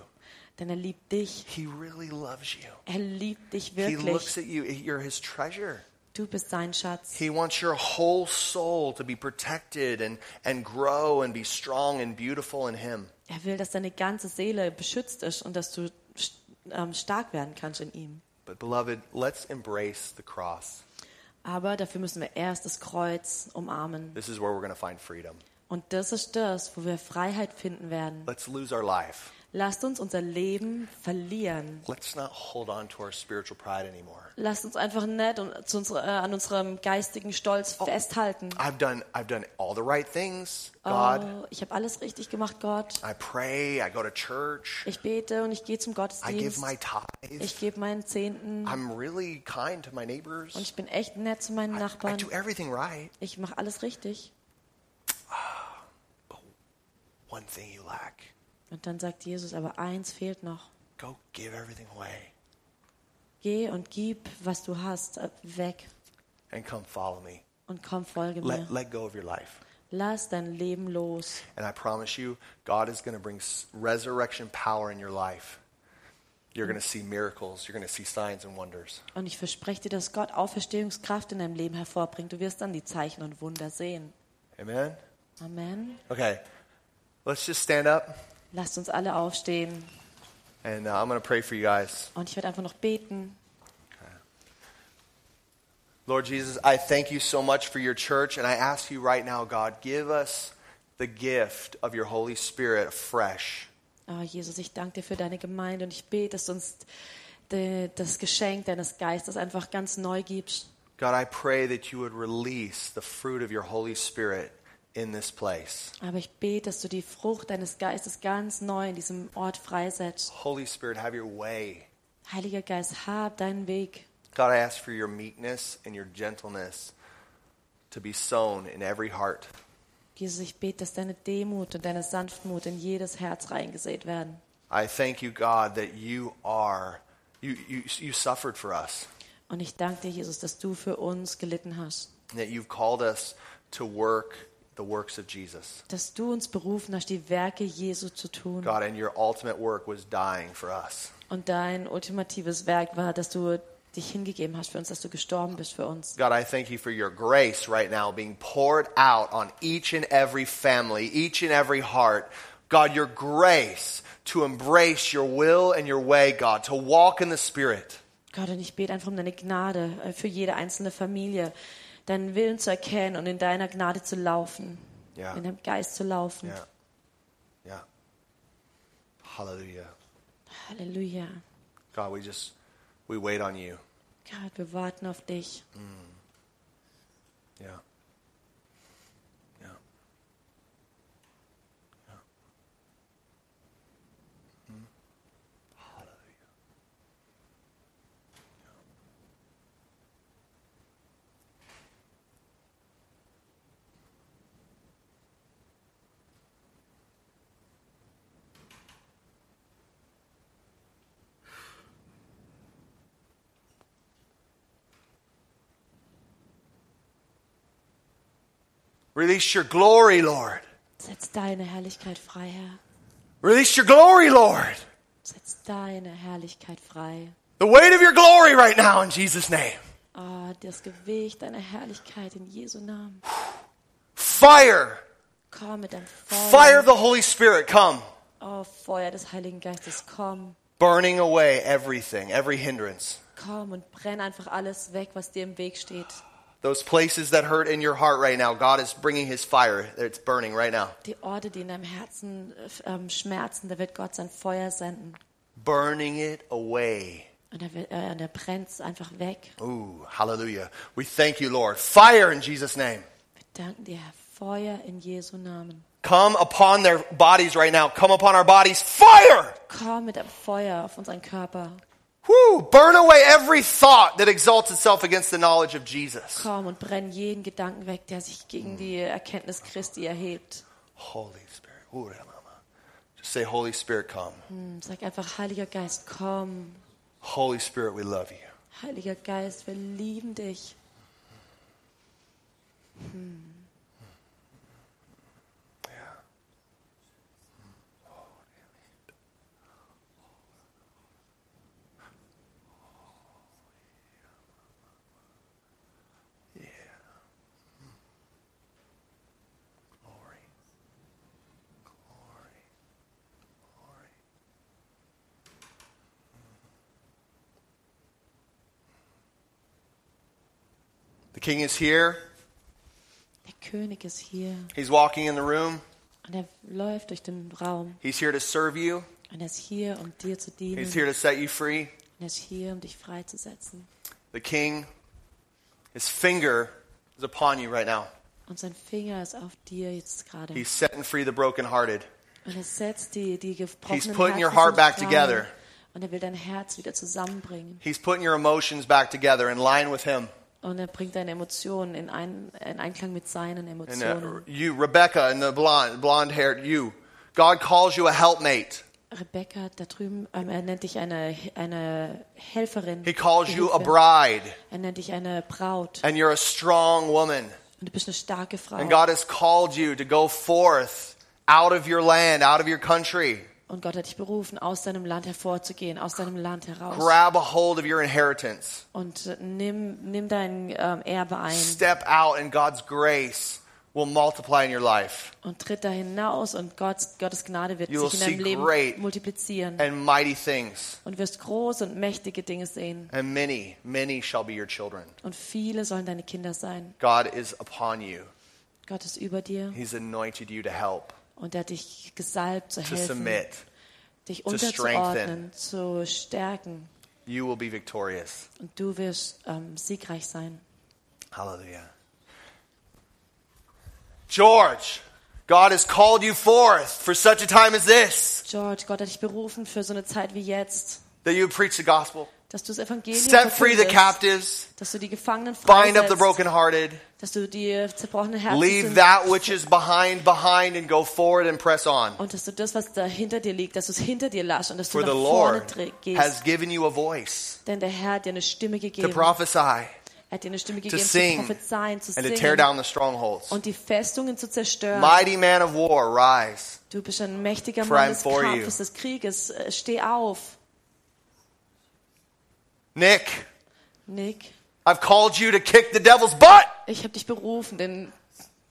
denn er liebt dich. He really loves you. Er liebt dich He looks wirklich. at you. You're his treasure. Du bist sein Schatz. He wants your whole soul to be protected and, and grow and be strong and beautiful in him. Er will, dass deine ganze Seele beschützt ist und dass du st- ähm, stark werden kannst in ihm. But, beloved, let's embrace the cross. Aber dafür müssen wir erst das Kreuz umarmen. This is where we're going to find freedom. Und das ist das, wo wir Freiheit finden werden. Let's lose our life. Lasst uns unser Leben verlieren. Let's not hold on to our spiritual pride anymore. Lasst uns einfach nett und zu unserer, äh, an unserem geistigen Stolz festhalten. I've done I've done all the right things, God. Oh, ich habe alles richtig gemacht, Gott. I pray, I go to church, Ich bete und ich gehe zum I give Gottesdienst. my tithe. Ich gebe meinen Zehnten I'm really kind to my und neighbors. ich bin echt nett zu meinen I, I Nachbarn. do everything right. Ich mache alles richtig. One thing you lack. Und dann sagt Jesus, aber eins fehlt noch. Go give everything away Geh und gib, was du hast, äh, weg and come follow me. und komm, folge Let mir. let go of your life. Lass dein Leben los. And I promise you, God is going to bring s- resurrection power in your life. You're going to see miracles. You're going to see signs and wonders. Und ich verspreche dir, dass Gott Auferstehungskraft in deinem Leben hervorbringt. Du wirst dann die Zeichen und Wunder sehen. Amen? Amen. Okay. Let's just stand up, Lasst uns alle aufstehen. and uh, I'm going to pray for you guys. Und ich werde einfach noch beten. Lord Jesus, I thank you so much for your church, and I ask you right now, God, give us the gift of your Holy Spirit afresh. Ah, Jesus, ich danke dir für deine Gemeinde und ich bete, dass du uns de, das Geschenk deines Geistes einfach ganz neu gibst. God, I pray that you would release the fruit of your Holy Spirit in this place. Aber ich bete, dass du die Frucht deines Geistes ganz neu in diesem Ort freisetzt. Holy Spirit, have your way. Heiliger Geist, hab deinen Weg. God, I ask for your meekness and your gentleness to be sown in every heart. Jesus, ich bete, dass deine Demut und deine Sanftmut in jedes Herz reingesät werden. I thank you, God, that you are, you, you, you suffered for us, Und ich danke dir, Jesus, dass du für uns gelitten hast. and that you've called us to work the works of Jesus. Dass du uns berufen hast, die Werke Jesu zu tun. God, and your ultimate work was dying for us. Und dein ultimatives Werk war, dass du dich hingegeben hast für uns, dass du gestorben bist für uns. God, I thank you for your grace right now being poured out on each and every family, each and every heart. God, your grace to embrace your will and your way, God, to walk in the Spirit. Gott, und ich bete einfach um deine Gnade äh, für jede einzelne Familie, deinen Willen zu erkennen und in deiner Gnade zu laufen, Ja. in deinem Geist zu laufen. Yeah. Yeah. Hallelujah. Halleluja. God, we just we wait on you. Gott, wir warten auf dich. Yeah. Yeah. Yeah. Mm. Hallelujah. Release your glory, Lord. Setz deine Herrlichkeit frei, Herr. Release your glory, Lord. Setz deine Herrlichkeit frei. The weight of your glory right now in Jesus' name. Ah, das Gewicht deiner Herrlichkeit in Jesu Namen. Fire. Komm mit deinem Feuer. Fire of the Holy Spirit, come. Oh, Feuer des Heiligen Geistes, komm. Burning away everything, every hindrance. Komm und brenn einfach alles weg, was dir im Weg steht. Those places that hurt in your heart right now, God is bringing His fire. It's burning right now. Die Orte, die in deinem Herzen äh, ähm, schmerzen, da wird Gott sein Feuer senden. Burning it away. Und er, wird- äh, und er brennt es einfach weg. Ooh, hallelujah. We thank you, Lord. Fire in Jesus' name. Wir danken dir, Herr. Feuer in Jesu Namen. Come upon their bodies right now. Come upon our bodies. Fire! Komm mit dem Feuer auf unseren Körper. Woo! Burn away every thought that exalts itself against the knowledge of Jesus. Komm und brenn jeden Gedanken weg, der sich gegen die Erkenntnis Christi erhebt. Holy Spirit. Ooh, yeah, mama. Just say, Holy Spirit, come. Hm, Sag einfach, Heiliger Geist, komm. Holy Spirit, we love you. Heiliger Geist, wir lieben dich. The King is here. Der König ist hier He's walking in the room. und er läuft durch den Raum. He's here to serve you. Und er ist hier, um dir zu dienen. He's here to set you free. Und er ist hier, um dich freizusetzen. The king, his finger is upon you right now. Und sein Finger ist auf dir jetzt gerade. He's setting free the brokenhearted. Und er setzt die, die gebrochenen He's putting your Herzen heart back frei. together. Und er will dein Herz wieder zusammenbringen. He's putting your emotions back together in line with him. Und er bringt deine Emotionen in, ein, in Einklang mit And seinen uh, Emotionen. you, Rebecca, and the blonde, blonde-haired you, God calls you a helpmate. Rebecca, da drüben, ähm, er nennt dich eine, eine Helferin. He calls you a Gehilfin. bride, Er nennt dich eine Braut. and you're a strong woman. Und du bist eine starke Frau. And God has called you to go forth out of your land, out of your country. Und Gott hat dich berufen, aus deinem Land hervorzugehen, aus deinem Land heraus. Grab a hold of your inheritance. Und äh, nimm, nimm dein ähm, Erbe ein Step out, and God's grace will multiply in your life. und tritt da hinaus und Gott, Gottes Gnade wird You will sich in deinem see Leben great multiplizieren And mighty things, und wirst große und mächtige Dinge sehen and many, many shall be your children. und viele sollen deine Kinder sein. God is upon you. Gott ist über dir He's anointed you to help, und er hat dich gesalbt zu to helfen, submit. dich to unterzuordnen, zu stärken You will be victorious. und du wirst ähm, siegreich sein. Hallelujah. George, God has called you forth for such a time as this George, Gott hat dich berufen für so eine Zeit wie jetzt, that you would preach the gospel, dass du das Evangelium set free the verkündest, captives, dass du die Gefangenen bind up the freisetzt, brokenhearted, dass du die zerbrochenen Herzen leave that which is behind behind and go forward and press on. und dass du das, was da hinter dir liegt, dass du es hinter dir lässt und dass du For the nach vorne Lord dreh- gehst. has given you a voice Denn der Herr hat dir eine Stimme to gegeben. Er prophesy hat dir eine Stimme gegeben, sing zu prophezeien, zu and to tear singen down the strongholds. und die Festungen zu zerstören. Mighty man of war, rise. Du bist ein mächtiger For I'm Mann des for you. Kampfes, des Krieges. Äh, Steh auf, Nick, Nick. I've called you to kick the devil's butt. Ich habe dich berufen, den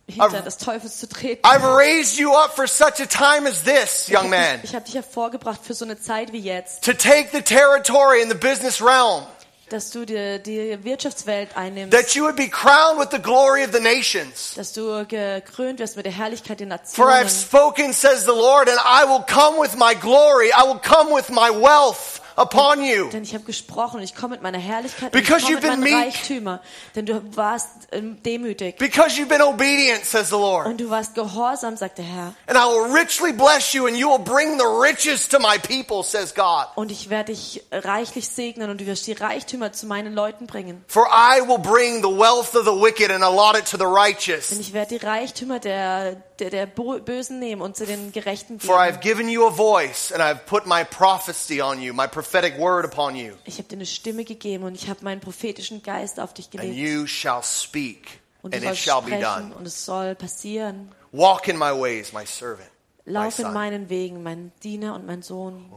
Hintern des Teufels zu treten. I've raised you up for such a time as this, young ich man, habe dich, hab dich hervorgebracht für so eine Zeit wie jetzt, to take the territory in the business realm, dass du dir die Wirtschaftswelt einnimmst, that you would be crowned with the glory of the nations. dass du gekrönt wirst mit der Herrlichkeit der For I Nationen. have spoken, says the Lord, and I will come with my glory, I will come with my wealth upon you. Denn ich habe gesprochen und ich komme mit meiner Herrlichkeit Because und ich you've komme been mit meinem meek. Reichtümer. Denn du warst ähm, demütig Because you've been obedient, says the Lord, und du warst gehorsam, sagt der Herr. and I will richly bless you, and you will bring the riches to my people, says God. Und ich werde dich reichlich segnen und du wirst die Reichtümer zu meinen Leuten bringen. For I will bring the wealth of the wicked and allot it to the Denn righteous. ich werde die Reichtümer der, der, der Bo- Bösen nehmen und zu den Gerechten For I geben. have given you a voice, and I have put my prophecy on you, my prophetic word upon you, Ich habe dir eine Stimme gegeben und ich habe meinen prophetischen Geist auf dich and gelegt. you shall speak, Und du and it sollst shall be sprechen done. und es soll passieren. Walk in my ways, my servant, my Lauf in son. meinen Wegen, mein Diener und mein Sohn.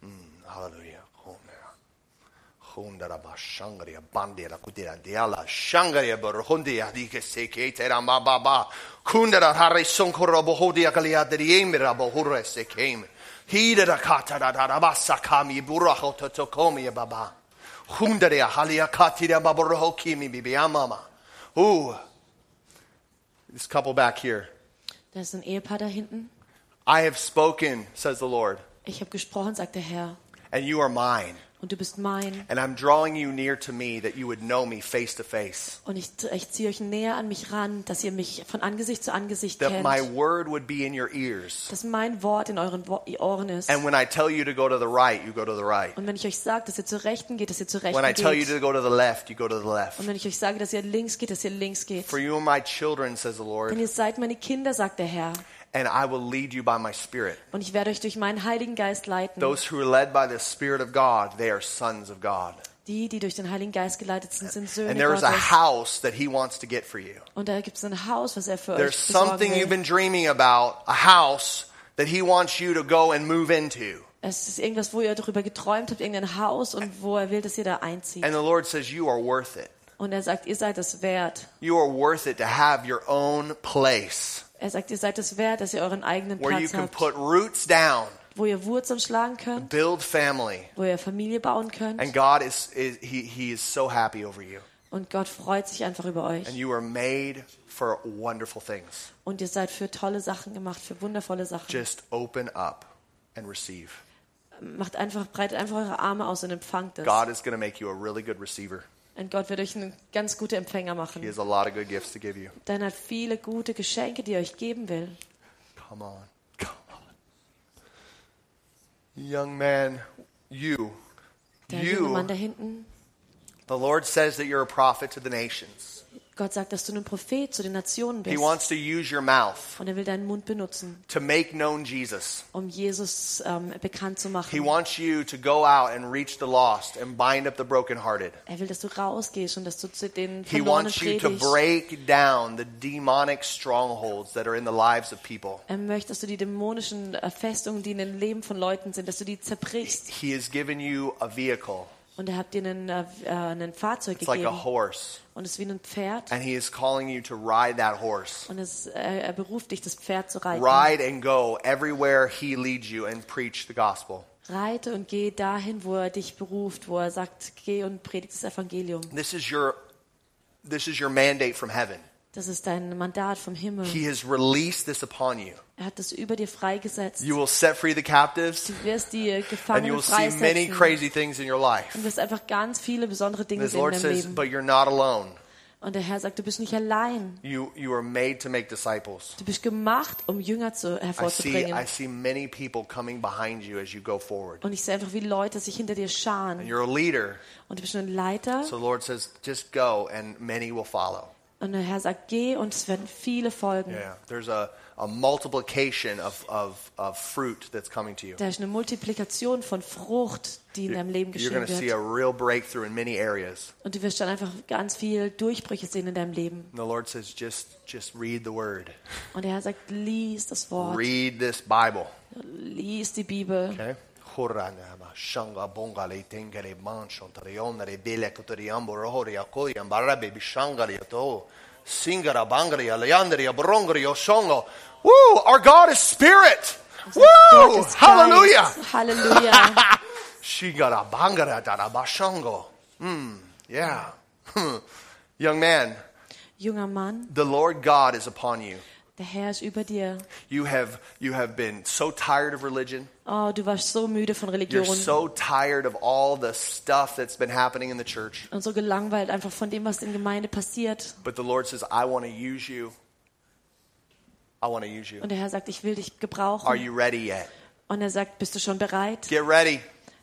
Mm, Hallelujah. Homera. Hundera bashangaria, bandera, kudera, diala, shangaria, borhundia, dike seke, tera, ma, ba, ba. Kundera, hare, sonkora, bohodia, galia, deriemera, bohure, sekem. Hidera, katara, darabasa, kami, buraho, totokomi, baba. Hundaria, halia, katira, baboroho, kimi, bibiamama. Ooh. This couple back here. Da ist ein Ehepaar da hinten. I have spoken, says the Lord, Ich habe gesprochen, sagt der Herr. and you are mine. Und du bist mein. And I'm drawing you near to me that you would know me face to face, Und ich, ich ziehe euch näher an mich ran, dass ihr mich von Angesicht zu Angesicht that my kennt. word would be in your ears. Dass mein Wort in euren Wo Ohren ist. And when I tell you to go to the right, you go to the right. Und wenn ich euch sage, dass ihr zur Rechten geht, dass ihr zur When Rechten I tell you to geht. go to the left, you go to the Und left. wenn ich euch sage, dass ihr links geht, dass ihr links geht. For you are my children, says the Denn Lord, ihr seid meine Kinder, sagt der Herr. and I will lead you by my spirit. Und ich werde euch durch meinen Heiligen Geist leiten. Those who are led by the Spirit of God, they are sons of God. Die, die durch den Heiligen Geist geleitet sind, sind And Söhne there is a Gottes. house that He wants to get for you. Und da gibt es ein Haus, was er für euch There's something you've besorgen will. been dreaming about, a house that He wants you to go and move into. Es ist irgendwas, wo ihr darüber geträumt habt, irgendein Haus und wo er will, dass ihr da einzieht. And the Lord says, You are worth it. Und er sagt, ihr seid es wert. You are worth it to have your own place Er sagt, ihr seid es wert, dass ihr euren eigenen where you Platz can habt, put roots down, wo ihr Wurzeln schlagen könnt, build family, wo ihr Familie bauen könnt. and God is, is he, he is so happy over you. Und Gott freut sich einfach über and euch. you are made for wonderful things. Und ihr seid für tolle Sachen gemacht, für wundervolle Sachen. Just open up and receive. Macht einfach, breitet einfach eure Arme aus und empfangt es. God is going to make you a really good receiver. Und Gott wird euch einen ganz gute Empfänger He machen. has a lot of good gifts to give you. Dann hat viele gute Geschenke, die er euch geben will. Come on. Come on. Young man, you. Der junge Mann da You. hinten. The Lord says that you're a prophet to the nations. Gott sagt, dass du ein Prophet zu den Nationen He bist. wants to use your mouth Und er will deinen Mund benutzen, to make known Jesus. um Jesus ähm, bekannt zu He machen. wants you to go out and reach the lost and bind up the brokenhearted. Er will, dass du rausgehst und dass du zu den He Verlorenen wants you to predigst. break down the demonic strongholds that are in the lives of people. Er möchte, dass du die dämonischen äh, Festungen, die in den Leben von Leuten sind, dass du die zerbrichst. He has given you a vehicle. Und er hat dir einen, äh, äh, einen Fahrzeug It's like a gegeben horse. und es ist wie ein Pferd. And he is calling you to ride that horse. Und es, äh, er, er beruft dich, das Pferd zu reiten. Ride and go everywhere he leads you and preach the gospel. Reite und geh dahin, wo er dich beruft, wo er sagt, geh und predigt das Evangelium. This is your this is your mandate from heaven. Das ist dein Mandat vom Himmel. He has released this upon you. Er hat das über dir freigesetzt. You will set free the captives Du wirst die äh, and you Gefangenen will see many freisetzen. Du crazy things in your life. wirst einfach ganz viele besondere Dinge This sehen in Lord deinem says, Leben. but you're not alone. Und der Herr sagt, du bist nicht allein. You you are made to make disciples. Du bist gemacht, um Jünger zu, I see I hervorzubringen. see many people coming behind you as you go forward. Und ich sehe einfach, wie Leute sich hinter dir And scharen. you're a leader. Und du bist nur ein Leiter. So the Lord says, just go and many will follow. Und der Herr sagt, geh und es werden viele folgen. Yeah. There's a, a multiplication of, of, of fruit that's coming to you. Da ist eine Multiplikation von Frucht, die in deinem Leben You're geschehen going to see a wird. real breakthrough in many areas. Und du wirst dann einfach ganz viel Durchbrüche sehen in deinem Leben. And the Lord says, just, just read the word. Und der Herr sagt, lies das Wort, Read this Bible. lies die Bibel. Okay? Horanama, shanga, bonga, le, tenga, le, manchon, tarion, le, bele, kotoriambo, rohori, akoriam, barabe, bishanga, le, to, oh. singara, bangria, leandria, brongria, shongo. Woo! Our God is spirit! Woo! Gottes Geist. Hallelujah! Halleluja! Shigara bangara dara bashango. Hmm. Yeah. Hmm. Young man, Junger Mann, the Lord God is upon you. der Herr ist über dir. You have you have been so tired of religion. Oh, du warst so müde von You're Religion so tired of all the stuff that's been happening in the church. und so gelangweilt einfach von dem, was in Gemeinde passiert. But the Lord says, I want to use you. I want to use you. Und der Herr sagt, ich will dich Are gebrauchen. you ready yet? Und er sagt, bist du schon bereit? Get ready.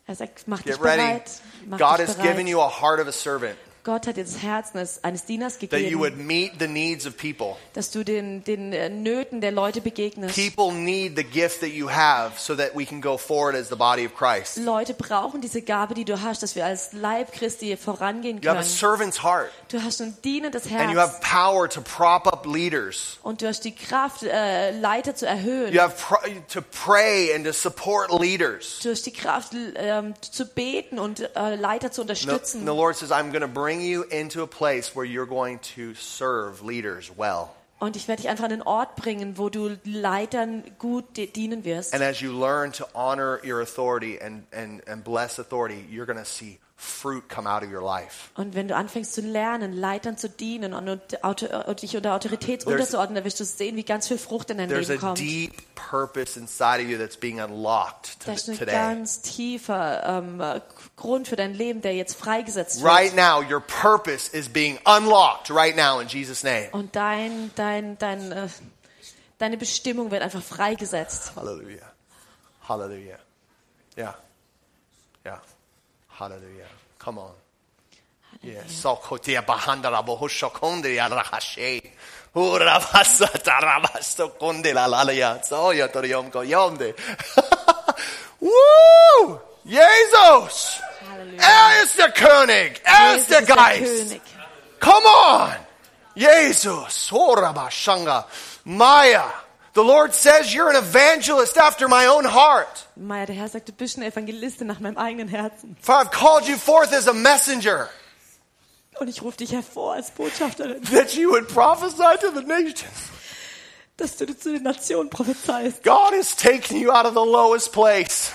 Er sagt, mach dich Get ready. bereit. Mach God dich has given bereit. you a heart of a servant Gott hat dir das Herz eines, eines Dieners that you would gegeben, meet the needs of people. dass du den, den äh, Nöten der Leute begegnest. People need the gift that you have so that we can go forward as the body of Christ. Leute brauchen diese Gabe, die du hast, dass wir als Leib Christi vorangehen You have a können. servant's heart, Du hast ein dienendes and you Herz have power to prop up leaders. und du hast die Kraft, äh, Leiter zu erhöhen. You have pr- to pray and to support leaders. Du hast die Kraft, l- ähm, zu beten und äh, Leiter zu The, unterstützen. the Lord says, I'm going to bring you into a place where you're going to serve leaders well. Und ich werde dich einfach an den Ort bringen, wo du Leitern gut di- dienen wirst. And as you learn to honor your authority and, and, and bless authority, you're going to see fruit come out of your life. Und wenn du anfängst zu lernen, Leitern zu dienen und, und, Auto, äh, und dich unter Autorität There's- unterzuordnen, dann wirst du sehen, wie ganz viel Frucht in dein There's Leben a kommt. deep purpose inside of you that's being unlocked Da to, ist ein today. ganz tiefer ähm, äh, Grund für dein Leben, der jetzt freigesetzt wird. Right now, your purpose is being unlocked right now in Jesus' name. Und dein, dein, dein, äh, deine Bestimmung wird einfach freigesetzt. Hallelujah. Hallelujah. Yeah. Yeah. Hallelujah. Come on. Yeah. Sokotia bahandara bohoshokondia rahashe. Urabasata rabastokonde la lalaya. Soya toriom koyomde. Woo! Jesus! Halleluja. Er ist der König! Er Jesus ist der ist der Geist! König. Come on! Jesus! Orabashanga. Maya! The Lord says you're an evangelist after my own heart. Maya, der Herr sagt, du bist eine Evangelistin nach meinem eigenen Herzen. For I've called you forth as a messenger Und ich rufe dich hervor als Botschafterin, that you would prophesy to the nations. dass du zu den Nationen prophezeist. God is taking you out of the lowest place.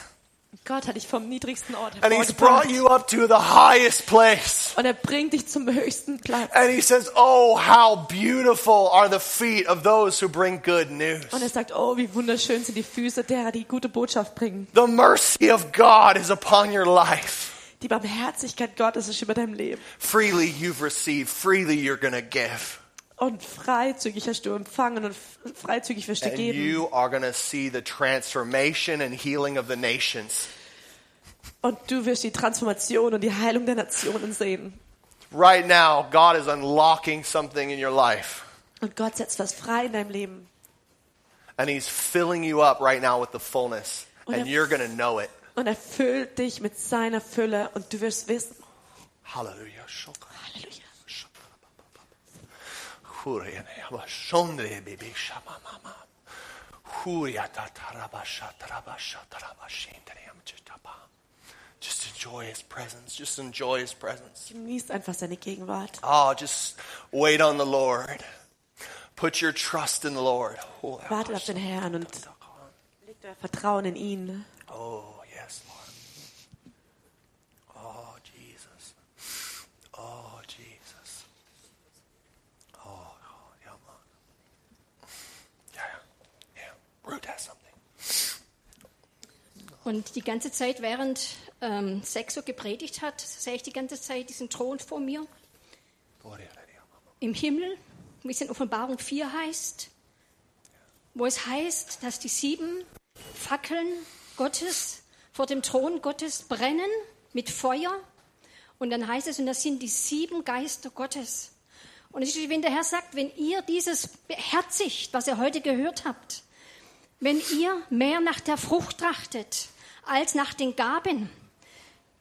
Gott hat dich vom niedrigsten Ort and He's brought hervorgebracht. you up to the highest place. Und er bringt dich zum höchsten Platz. And He says, Oh, how beautiful are the feet of those who bring good news. Und er sagt, oh, wie wunderschön sind die Füße derer, die gute Botschaft bringen. The mercy of God is upon your life. Die Barmherzigkeit Gottes ist über deinem Leben. Freely you've received, freely you're going to give. Und freizügig hast du empfangen und f- freizügig wirst du And geben. you are going to see the transformation and healing of the nations. Und du wirst die Transformation und die Heilung der Nationen sehen. Right now, God is unlocking something in your life. Und Gott setzt was frei in deinem Leben. And He's filling you up right now with the fullness. Oder- And you're going to know it. Und erfüllt dich mit seiner Fülle. Und du wirst wissen, Hallelujah. Halleluja. Just enjoy his presence. Just enjoy his presence. Genießt einfach seine Gegenwart. Oh, just wait on the Lord. Put your trust in the Lord. Oh, Wartet auf den Herrn und legt euer Vertrauen in ihn. Oh, yes, Lord. Oh, Jesus. Oh, Jesus. Oh, oh yeah, Lord. Yeah, yeah. yeah. Ruth has something. Und die ganze Zeit, während ähm, Sexo gepredigt hat, sehe ich die ganze Zeit diesen Thron vor mir Gloria a Dios. im Himmel, wie es in Offenbarung 4 heißt, wo es heißt, dass die sieben Fackeln Gottes vor dem Thron Gottes brennen mit Feuer. Und dann heißt es, und das sind die sieben Geister Gottes. Und es ist, wie wenn der Herr sagt, wenn ihr dieses beherzigt, was ihr heute gehört habt, wenn ihr mehr nach der Frucht trachtet als nach den Gaben,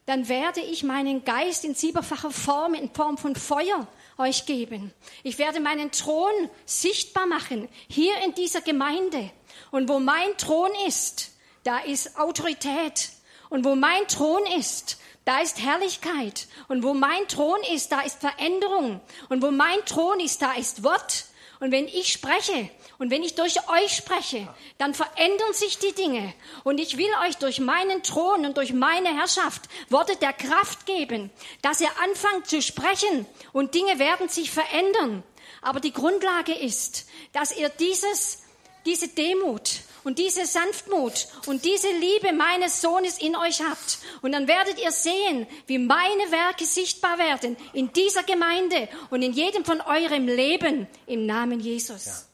dann werde ich meinen Geist in siebenfacher Form, in Form von Feuer euch geben. Ich werde meinen Thron sichtbar machen, hier in dieser Gemeinde. Und wo mein Thron ist, da ist Autorität. Und wo mein Thron ist, da ist Herrlichkeit. Und wo mein Thron ist, da ist Veränderung. Und wo mein Thron ist, da ist Wort. Und wenn ich spreche und wenn ich durch euch spreche, dann verändern sich die Dinge. Und ich will euch durch meinen Thron und durch meine Herrschaft Worte der Kraft geben, dass ihr anfangt zu sprechen und Dinge werden sich verändern. Aber die Grundlage ist, dass ihr dieses, diese Demut und diese Sanftmut und diese Liebe meines Sohnes in euch habt. Und dann werdet ihr sehen, wie meine Werke sichtbar werden in dieser Gemeinde und in jedem von eurem Leben im Namen Jesus.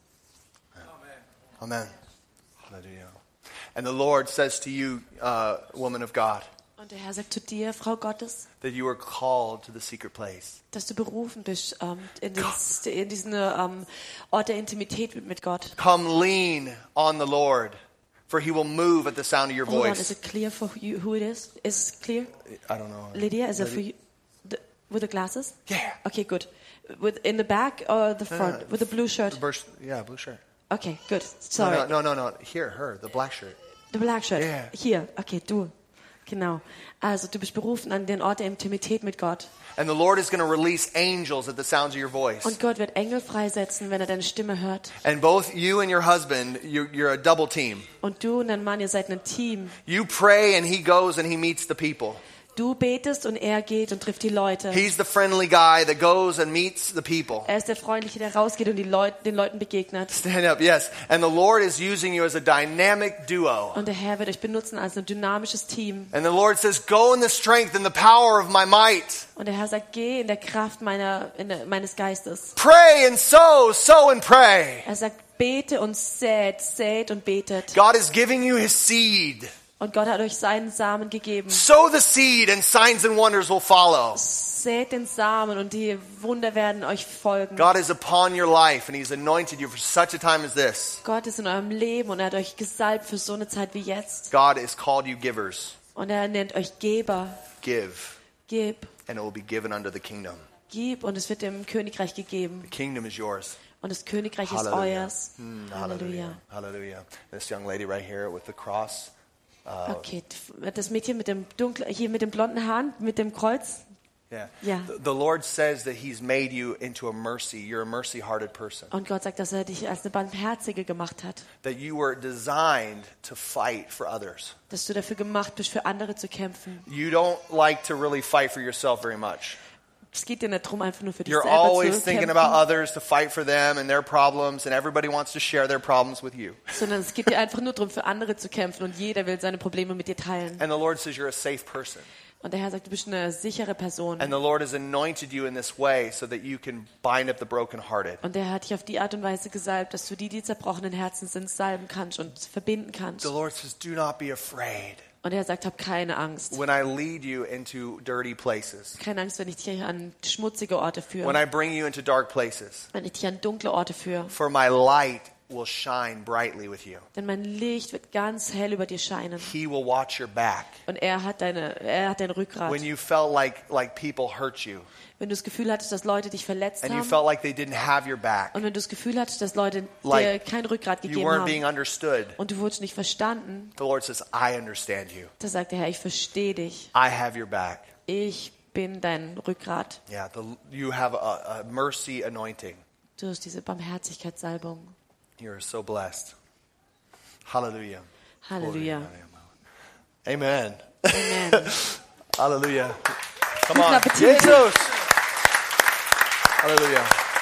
Amen. Hallelujah. And the Lord says to you, uh, woman of God, Und der Herr sagt zu dir, Frau Gottes, that you are called to the secret place. dass du berufen bist ähm, in, dieses, in diesen ähm, Ort der Intimität mit, mit Gott. Come lean on the Lord, for he will move at the sound of your Hold on, is voice. it clear for you who it is? Is it clear? I don't know. Lydia, is it for you? The, with the glasses? Yeah. Okay, good. With in the back or the front? with the blue shirt? Blue sh- yeah, blue shirt. Okay, good. No, Sorry. no, no, no, no. Here, her, the black shirt. The black shirt. Yeah. Hier. Okay, du. Genau. Also, du bist berufen an den Ort der Intimität mit Gott. And the Lord is going to release angels at the sounds of your voice. Und Gott wird Engel freisetzen, wenn er deine Stimme hört. And both you and your husband, you're, you're a double team. Und du und dein Mann, ihr seid ein Team. You pray, and he goes and he meets the people. Du betest und er geht und trifft die Leute. He's the friendly guy that goes and meets the people. Er ist der Freundliche, der rausgeht und die Leut den Leuten begegnet. Stand up, yes. And the Lord is using you as a dynamic duo. Und der Herr wird euch benutzen als ein dynamisches Team. And the Lord says, Go in the strength and the power of my might. Und der Herr sagt, geh in der Kraft meiner, in der, meines Geistes. Pray and sow, sow and pray. Er sagt, bete und sät, sät und betet. God is giving you his seed. Und Gott hat euch seinen Samen gegeben. Sow the seed and signs and wonders will follow. Sät den Samen und die Wunder werden euch folgen. God is upon your life and he's anointed you for such a time as this. Gott ist in eurem Leben und er hat euch gesalbt für so eine Zeit wie jetzt. God has called you givers. Und er nennt euch Geber. Give Gib, and it will be given under the kingdom. gib und es wird dem Königreich gegeben. The kingdom is yours. Und das Königreich Halleluja. ist euers. Mm, hallelujah. Hallelujah. This young lady right here with the cross. Okay, das Mädchen mit dem dunklen, hier mit dem blonden Haaren, mit dem Kreuz. Yeah. Yeah. The, the Lord says that He's made you into a mercy. You're a mercy hearted person. Und Gott sagt, dass er dich als eine Barmherzige gemacht hat, That you were designed to fight for others. dass du dafür gemacht bist, für andere zu kämpfen. You don't like to really fight for yourself very much. Es geht dir nicht darum, einfach nur für dich You're selber always zu thinking kämpfen, about others to fight for them and their problems, and everybody wants to share their problems with you. sondern es geht dir einfach nur darum, für andere zu kämpfen und jeder will seine Probleme mit dir teilen. And the Lord says you're a safe person. Und der Herr sagt, du bist eine sichere Person. And the Lord has anointed you in this way so that you can bind up the brokenhearted. Und er hat dich auf die Art und Weise gesalbt, dass du die, die zerbrochenen Herzen sind, salben kannst und verbinden kannst. The Lord says, Do not be afraid Und er sagt, hab keine Angst. when I lead you into dirty places, Keine Angst, wenn ich dich an schmutzige Orte when führe. I bring you into dark places, Wenn ich dich an dunkle Orte führe. for my light will shine brightly with you. Denn mein Licht wird ganz hell über dir scheinen. He will watch your back. Und er hat, deine, er hat dein Rückgrat. When you felt like, like people hurt you, Wenn du das Gefühl hattest, dass Leute dich verletzt and you haben. felt like they didn't have your back, Und wenn du das Gefühl hattest, dass Leute dir Like, kein Rückgrat you gegeben weren't being haben. understood. Und du wurdest nicht verstanden. The Lord says, I understand you. Da sagt der Herr, ich verstehe dich. I have your back. Ich bin dein Rückgrat. Yeah, the, you have a, a mercy anointing. Du hast diese Barmherzigkeitssalbung. You're so blessed. Hallelujah. Halleluja. Amen. Amen. Hallelujah. Come Guten on. Appetit. Jesus. Hallelujah.